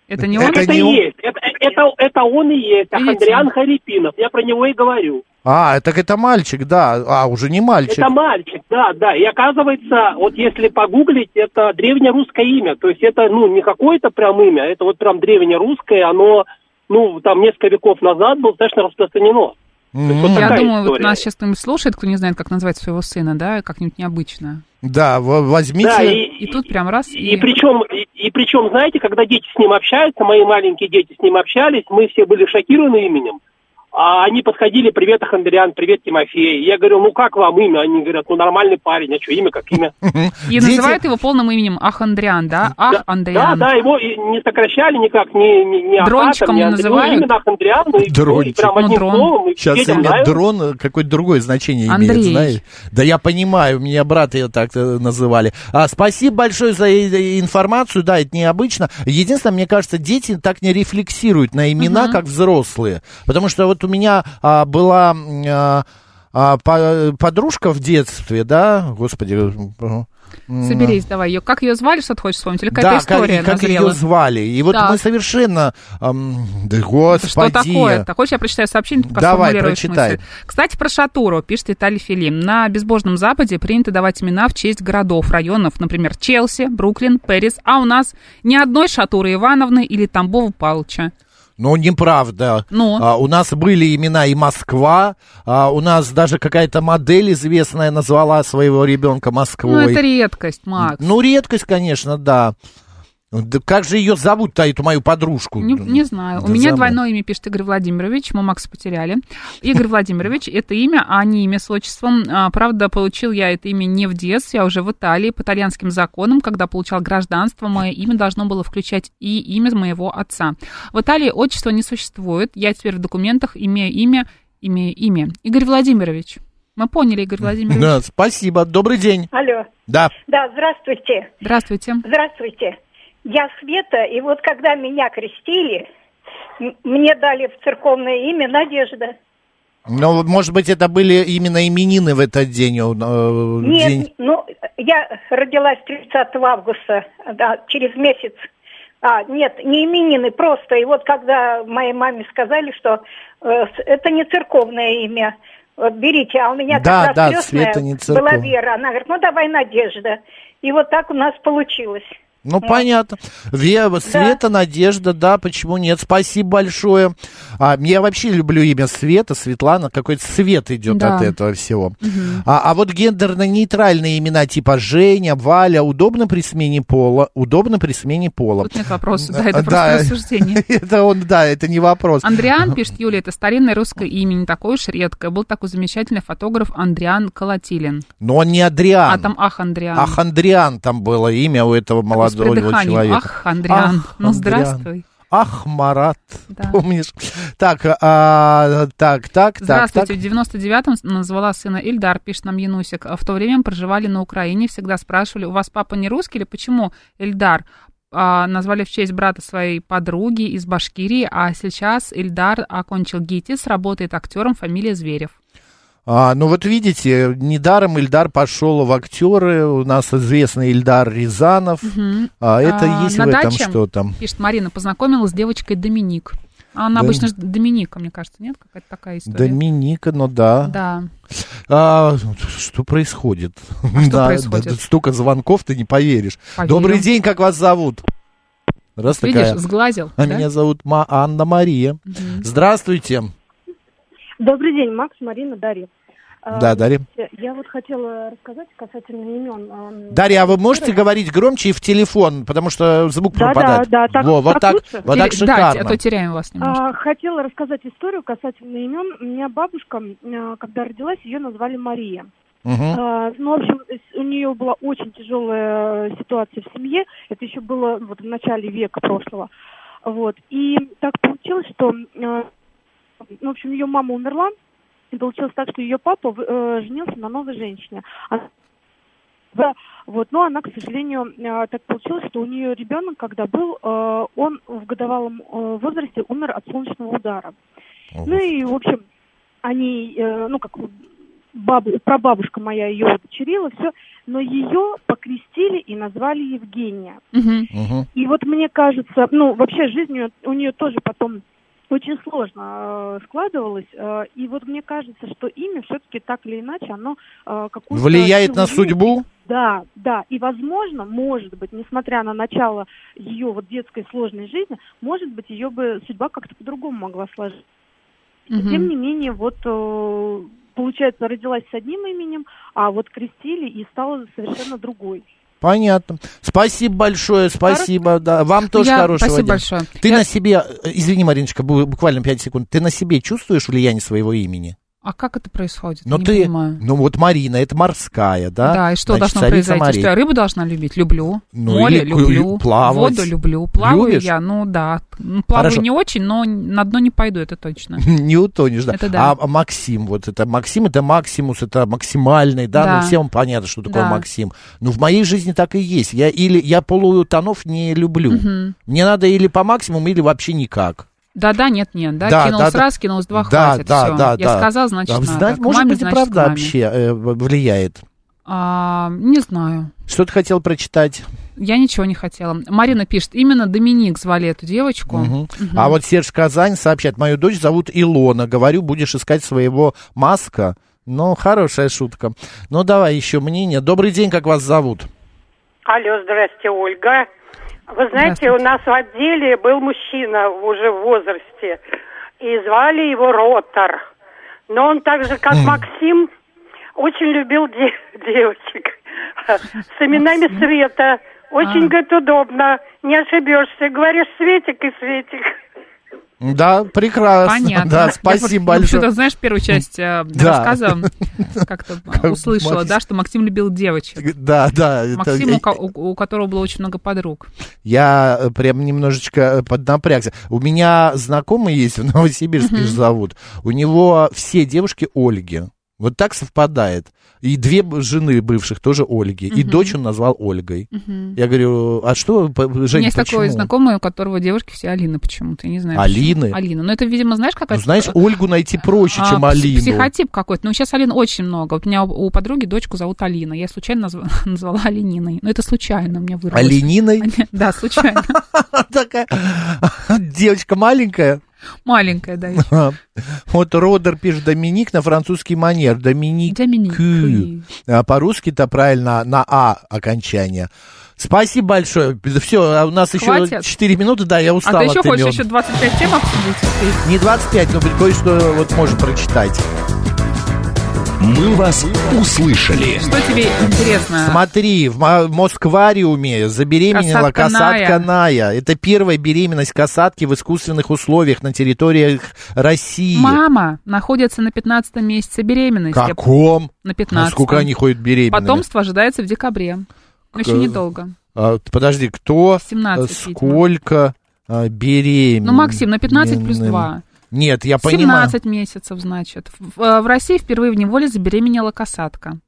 S2: Это не
S9: Это, и
S1: он?
S9: есть. Это, э, это, это он и есть. Ахандриан Харипинов. Я про него и говорю.
S1: А, так это мальчик, да. А, уже не мальчик.
S9: Это мальчик, да, да. И оказывается, вот если погуглить, это древнерусское имя. То есть это, ну, не какое-то прям имя, а это вот прям древнерусское, оно, ну, там несколько веков назад было достаточно распространено.
S1: Мгм.
S2: Я
S9: такая
S2: думаю, вот
S9: история.
S2: нас сейчас кто-нибудь слушает, кто не знает, как назвать своего сына, да, как-нибудь необычно.
S1: Да, в- возьмите...
S9: Да, и-
S2: И тут прям раз
S9: И причем, и, и причем, знаете, когда дети с ним общаются, мои маленькие дети с ним общались, мы все были шокированы именем. А они подходили, привет, Ахандриан, привет, Тимофей. Я говорю, ну как вам имя? Они говорят, ну нормальный парень, а что, имя как имя?
S2: И
S9: Дети-
S2: называют его полным именем Ахандриан, да?
S9: Да,
S2: Ахандриан.
S9: да, его и не сокращали никак, не, не, не Ахатом,
S2: Дрончиком
S9: не
S2: не
S9: Андреем,
S2: называют? Ну,
S9: Именно Ахандриан, и,
S1: Дрончик.
S9: и прям одним словом, и
S1: Сейчас
S9: детям
S1: имя
S9: нравится.
S1: дрон э, какое-то другое значение
S9: Андрей.
S1: имеет, знаешь? Да я понимаю, у меня брата ее так э, называли. А, спасибо большое за э, информацию, да, это необычно. Единственное, мне кажется, дети так не рефлексируют на имена, как взрослые. Потому что вот у меня а, была... м, а, а, по- подружка в детстве, да, господи, м,
S2: Соберись, давай. Её- Как ее звали, что ты хочешь вспомнить? Или
S1: да,
S2: какая-то история
S1: как, как ее
S2: назрела?
S1: звали. И вот
S2: Так.
S1: мы совершенно... ам, да господи.
S2: Что такое-то? Хочешь, я прочитаю сообщение, ты пока
S1: Давай,
S2: сформулируешь
S1: прочитай.
S2: мысль. Кстати, про Шатуру, пишет Виталий Филим. На безбожном Западе принято давать имена в честь городов, районов, например, Челси, Бруклин, Пэрис, а у нас ни одной Шатуры Ивановны или Тамбова Палыча.
S1: Ну, неправда.
S2: Ну?
S1: А, у нас были имена и Москва, а, у нас даже какая-то модель известная назвала своего ребенка Москвой.
S2: Ну, это редкость, Макс.
S1: Ну, редкость, конечно, да. Да как же ее зовут-то, эту мою подружку?
S2: Не, не знаю.
S1: Да
S2: У меня
S1: забыл.
S2: двойное имя пишет Игорь Владимирович. Мы Макс потеряли. Игорь Владимирович — это имя, а не имя с отчеством. А, правда, получил я это имя не в детстве, а уже в Италии по итальянским законам, когда получал гражданство. Мое имя должно было включать и имя моего отца. В Италии отчества не существует. Я теперь в документах имею имя, имею имя. Игорь Владимирович. Мы поняли, Игорь Владимирович.
S1: Да, спасибо, добрый день.
S10: Алло.
S1: Да.
S10: Да, здравствуйте.
S2: Здравствуйте.
S10: Здравствуйте. Я Света, и вот когда меня крестили, м- мне дали в церковное имя Надежда.
S1: Ну, может быть, это были именно именины в этот день. э,
S10: Нет,
S1: день.
S10: ну, я родилась 30 августа, да, через месяц. А, нет, не именины, просто. И вот когда моей маме сказали, что э, с- это не церковное имя, вот берите, а у меня
S1: Да,
S10: как
S1: да,
S10: раз крестная
S1: Света не
S10: была
S1: церковная.
S10: Вера. Она говорит, ну давай Надежда. И вот так у нас получилось.
S1: Ну, понятно. Вева, Света, Надежда, да, почему нет? Спасибо большое. А, я вообще люблю имя Света, Светлана. Какой-то свет идет
S11: Да.
S1: от этого всего. А, а вот гендерно-нейтральные имена типа Женя, Валя удобно при смене пола? Удобно при смене пола.
S2: Тут нет вопроса, да, это
S1: Да.
S2: просто рассуждение.
S1: Это он, да, это не вопрос.
S2: Андриан, пишет Юлия, это старинное русское имя, не такое уж редкое. Был такой замечательный фотограф Андриан Колотилин.
S1: Но он не Адриан.
S2: А там Ах Андриан.
S1: Ахандриан там было имя у этого
S2: С
S1: молодого
S2: придыханием.
S1: человека.
S2: Ах Андриан.
S1: Ах,
S2: Ну,
S1: Андриан.
S2: здравствуй.
S1: Ах, Марат, помнишь? Так, а, так, так, так, так.
S2: Здравствуйте. В 99-м назвала сына Ильдар, пишет нам Янусик. А В то время проживали на Украине. Всегда спрашивали, у вас папа не русский или почему Ильдар? А, назвали в честь брата своей подруги из Башкирии, а сейчас Ильдар окончил ГИТИС, работает актером, фамилия Зверев.
S1: А, ну вот видите, недаром Ильдар пошел в актеры. У нас известный Ильдар Рязанов.
S2: Мгм.
S1: А, это
S2: А,
S1: есть
S2: на
S1: в этом
S2: даче,
S1: что-то.
S2: Пишет Марина, познакомилась с девочкой Доминик. А Она
S1: Да.
S2: обычно ж- Доминика, мне кажется, нет? Какая-то такая история.
S1: Доминика, ну да.
S2: Да.
S1: А, что происходит?
S2: А что
S1: Да,
S2: происходит?
S1: да, да, столько звонков, ты не поверишь.
S2: Поверю.
S1: Добрый день, как вас зовут? Раз
S2: Видишь,
S1: такая.
S2: сглазил,
S1: А
S2: да?
S1: меня зовут Ма- Анна Мария. Здравствуйте.
S12: Добрый день, Макс, Марина, Дарья. Э,
S1: Да, Дарья.
S12: слушайте, Я вот хотела рассказать касательно имен. эм,
S1: Дарья, а вы можете говорить громче и в телефон, потому что звук
S12: Да, да,
S1: пропадает.
S12: да, так-
S1: Во, вот
S12: так
S1: так,
S12: лучше?
S1: вот так
S2: Или- да,
S1: шикарно.
S2: а то теряем вас немножко.
S12: а, хотела рассказать историю касательно имен. У меня бабушка, э, когда родилась, ее назвали Мария.
S1: Мгм.
S12: А, Ну, в общем, с- у нее была очень тяжелая ситуация в семье. Это еще было вот в начале века прошлого. Вот. И так получилось, что, э, ну, в общем, ее мама умерла. И получилось так, что ее папа вы- э, женился на новой женщине. Она Да, вот, но она, к сожалению, э, так получилось, что у нее ребенок, когда был, э, он в годовалом э, возрасте умер от солнечного удара. Ну и, в общем, они, э, ну как бабу, прабабушка моя ее удочерила, все, но ее покрестили и назвали Евгения. И вот мне кажется, ну, вообще жизнь у неё- у нее тоже потом очень сложно э, складывалась. э, и вот мне кажется, что имя все-таки так или иначе, оно э, какую-то...
S1: Влияет на
S12: силу имеет.
S1: судьбу?
S12: Да, да. И, возможно, может быть, несмотря на начало ее вот детской сложной жизни, может быть, ее бы судьба как-то по-другому могла сложиться.
S2: Мгм.
S12: Тем не менее, вот э, получается, родилась с одним именем, а вот крестили и стала совершенно другой.
S1: Понятно. Спасибо большое, спасибо. Да. Вам тоже
S2: Я-
S1: хорошего
S2: спасибо
S1: дня.
S2: большое.
S1: Ты на себе, э, извини, Мариночка, бу- буквально 5 секунд, ты на себе чувствуешь влияние своего имени?
S2: А как это происходит?
S1: Но
S2: Не
S1: ты,
S2: понимаю.
S1: ну вот Марина, это морская, да?
S2: Да, и что
S1: Значит,
S2: должно
S1: царица
S2: произойти?
S1: морей.
S2: Что я рыбу должна любить? Люблю.
S1: Ну,
S2: Море
S1: или ку-
S2: люблю.
S1: плавать.
S2: Воду люблю. Плаваю
S1: Любишь?
S2: я, ну да. Ну, Плаваю
S1: Хорошо.
S2: не очень, но на дно не пойду, это точно.
S1: Не утонешь, да.
S2: Это да.
S1: А Максим, вот это Максим, это Максимус, это максимальный, да,
S2: Да.
S1: ну всем понятно, что такое
S2: Да.
S1: Максим. Ну в моей жизни так и есть. Я или я полутонов не люблю.
S2: Мгм.
S1: Мне надо или по максимуму, или вообще никак.
S2: Да-да, нет-нет, да?
S1: Да,
S2: кинулась
S1: да, да.
S2: раз, кинулась два,
S1: да,
S2: хватит,
S1: да,
S2: всё.
S1: да,
S2: Я
S1: да.
S2: сказал, значит,
S1: А,
S2: надо.
S1: знать,
S2: К
S1: может
S2: маме,
S1: быть, и
S2: значит, к
S1: правда
S2: маме.
S1: вообще э, в- влияет.
S2: А, не знаю.
S1: Что ты хотел прочитать?
S2: Я ничего не хотела. Марина пишет, именно Доминик звали эту девочку.
S1: Мгм.
S2: Мгм.
S1: А вот Серж Казань сообщает, мою дочь зовут Илона. Говорю, будешь искать своего маска. Ну, хорошая шутка. Ну, давай еще мнение. Добрый день, как вас зовут?
S11: Алло, здрасте, Ольга. Вы знаете, у нас в отделе был мужчина уже в возрасте, и звали его Ротор. Но он так же, как Максим, очень любил де- девочек с именами Света. Очень,
S2: А.
S11: говорит, удобно, не ошибешься. Говоришь Светик и Светик.
S1: Да, прекрасно.
S2: Понятно.
S1: Да,
S2: Я вот, ну,
S1: спасибо большое.
S2: Что-то, знаешь, первую часть э,
S1: Да.
S2: рассказа как-то э, услышала, да, что Максим любил девочек.
S1: Да, да. это-
S2: Максим, у ко- у, у которого было очень много подруг.
S1: Я э, прям немножечко э, поднапрягся. У меня знакомый есть в Новосибирске
S2: Мгм.
S1: же зовут. У него все девушки Ольги. Вот так совпадает. И две б- жены бывших тоже Ольги. И
S2: Мгм.
S1: дочь он назвал Ольгой.
S2: Мгм.
S1: Я говорю, а что, п-
S2: У меня
S1: Жень,
S2: есть такой
S1: почему?
S2: знакомый, у которого девушки все Алины почему-то, я не знаю.
S1: Алины?
S2: почему. Алина. Но это, видимо, знаешь,
S1: Ну,
S2: какая-то...
S1: знаешь,
S2: э,
S1: Ольгу найти проще,
S2: а,
S1: чем
S2: пс-
S1: Алину.
S2: Психотип какой-то. Ну, сейчас Алин очень много. Вот у меня у, у подруги дочку зовут Алина. Я случайно назва- назвала Алининой. Но это случайно мне вырвалось.
S1: Алининой?
S2: Да, случайно.
S1: А Такая девочка маленькая.
S2: Маленькая, да, ещё.
S1: Вот Родер пишет Доминик на французский манер. Доминик.
S2: Доминик.
S1: А По-русски-то правильно на А окончание. Спасибо большое. Все, у нас еще
S2: Хватит?
S1: 4 минуты, да, я
S2: А
S1: устал
S2: ты еще
S1: от
S2: хочешь
S1: имён.
S2: еще 25 тем обсудить?
S1: Не 25, но кое-что вот можем прочитать.
S3: Мы вас услышали.
S2: Что тебе интересно?
S1: Смотри, в Мо- Москвариуме забеременела
S2: Касатка
S1: касатка,
S2: Ная.
S1: Ная. Это первая беременность касатки в искусственных условиях на территориях России.
S2: Мама находится на 15 месяце беременности.
S1: Каком? А
S2: На 15.
S1: Сколько они ходят беременными?
S2: Потомство ожидается в декабре. Ну, Еще
S1: К-
S2: недолго.
S1: А, подожди, кто?
S2: 17,
S1: э, Сколько а, беременных?
S2: Ну, Максим, на 15 плюс 2.
S1: Нет, я понимаю.
S2: 17 месяцев, значит. В, э, в России впервые в неволе забеременела касатка.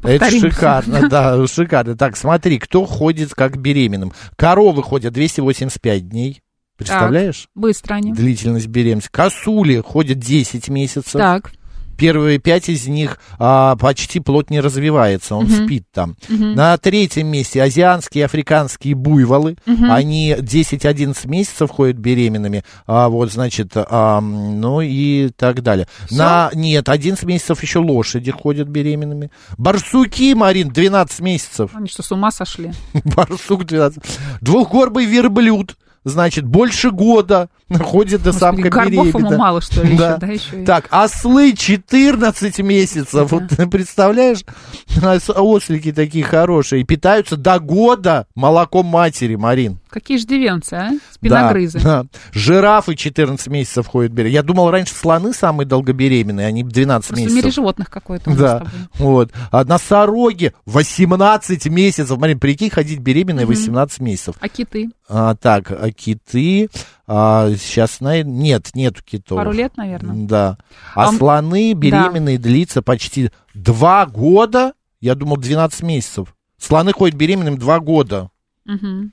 S1: Это
S2: Повторимся.
S1: шикарно, да, шикарно. Так, смотри, кто ходит как беременным? Коровы ходят 285 дней. Представляешь?
S2: Так, быстро они.
S1: Длительность беременности. Косули ходят 10 месяцев.
S2: Так.
S1: Первые пять из них а, почти плод не развивается, он
S2: Мгм.
S1: спит там.
S2: Мгм.
S1: На третьем месте азианские и африканские буйволы.
S2: Мгм.
S1: Они 10-11 месяцев ходят беременными. А, вот, значит, а, м, ну и так далее. На, нет, 11 месяцев еще лошади ходят беременными. Барсуки, Марин, 12 месяцев.
S2: Они что, с ума сошли?
S1: Барсук 12. Двухгорбый верблюд. Значит, больше года находит до самка
S2: горбов ему
S1: беременна.
S2: мало, что ли, еще, да, еще и-
S1: Так, ослы 14 месяцев. Вот ты представляешь? Ос- Ослики такие хорошие. Питаются до года молоком матери, Марин.
S2: Какие ждивенцы, а?
S1: Да,
S2: Спиногрызы.
S1: да. Жирафы 14 месяцев ходят беременные. Я думал, раньше слоны самые долгобеременные, они 12
S2: Просто в мире
S1: месяцев.
S2: животных какой-то у нас с
S1: Да,
S2: тобой.
S1: вот. А носороги 18 месяцев. Марин, прикинь, ходить беременной
S2: Мгм.
S1: 18 месяцев.
S2: А киты?
S1: А, так, а киты. сейчас, нет, нет китов.
S2: Пару лет, наверное.
S1: Да. А
S2: Ам,
S1: слоны
S2: да.
S1: беременные длится почти два года Я думал, 12 месяцев. Слоны ходят беременным 2 года.
S2: Угу.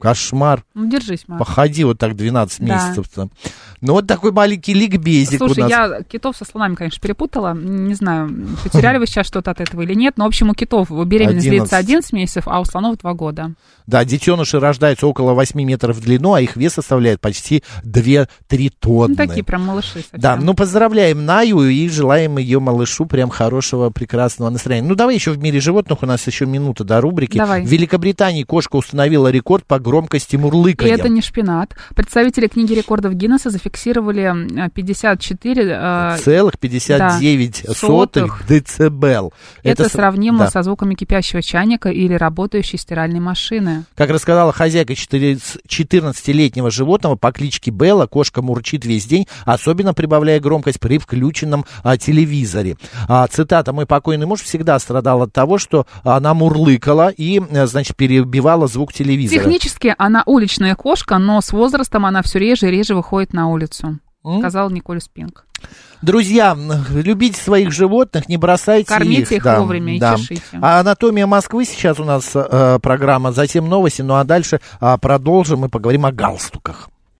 S1: Кошмар.
S2: Ну, держись, Марк.
S1: Походи вот так 12
S2: Да.
S1: месяцев-то. Ну, вот такой маленький ликбезик
S2: Слушай,
S1: у нас.
S2: я китов со слонами, конечно, перепутала. Не знаю, потеряли вы сейчас что-то от этого или нет. Но, в общем, у китов беременность длится
S1: 11.
S2: 11 месяцев, а у слонов 2 года.
S1: Да, детеныши рождаются около 8 метров в длину, а их вес составляет почти 2-3 тонны.
S2: Ну, такие прям малыши совсем.
S1: Да, ну поздравляем Наю и желаем ее малышу прям хорошего, прекрасного настроения. Ну давай еще в мире животных, у нас еще минута до рубрики.
S2: Давай.
S1: В Великобритании кошка установила рекорд по громкости
S2: И
S1: мурлыкания.
S2: это не шпинат. Представители книги рекордов Гиннесса зафиксировали э, 54... э,
S1: Целых 59
S2: да,
S1: сотых децибел.
S2: Это,
S1: с-
S2: сравнимо
S1: да.
S2: со звуками кипящего чайника или работающей стиральной машины.
S1: Как рассказала хозяйка 14 14-летнего животного по кличке Белла, кошка мурчит весь день, особенно прибавляя громкость при включенном а, телевизоре. А, цитата «Мой покойный муж всегда страдал от того, что она мурлыкала и, э, значит, перебивала звук телевизора».
S2: Технически она уличная кошка, но с возрастом она все реже и реже выходит на улицу, сказал Николь Спинг.
S1: Друзья, м, любите своих животных, не бросайте их.
S2: Кормите их
S1: да,
S2: вовремя и
S1: да.
S2: чешите.
S1: А Анатомия Москвы сейчас у нас э, программа, затем новости, ну а дальше а, продолжим и поговорим о галстуках.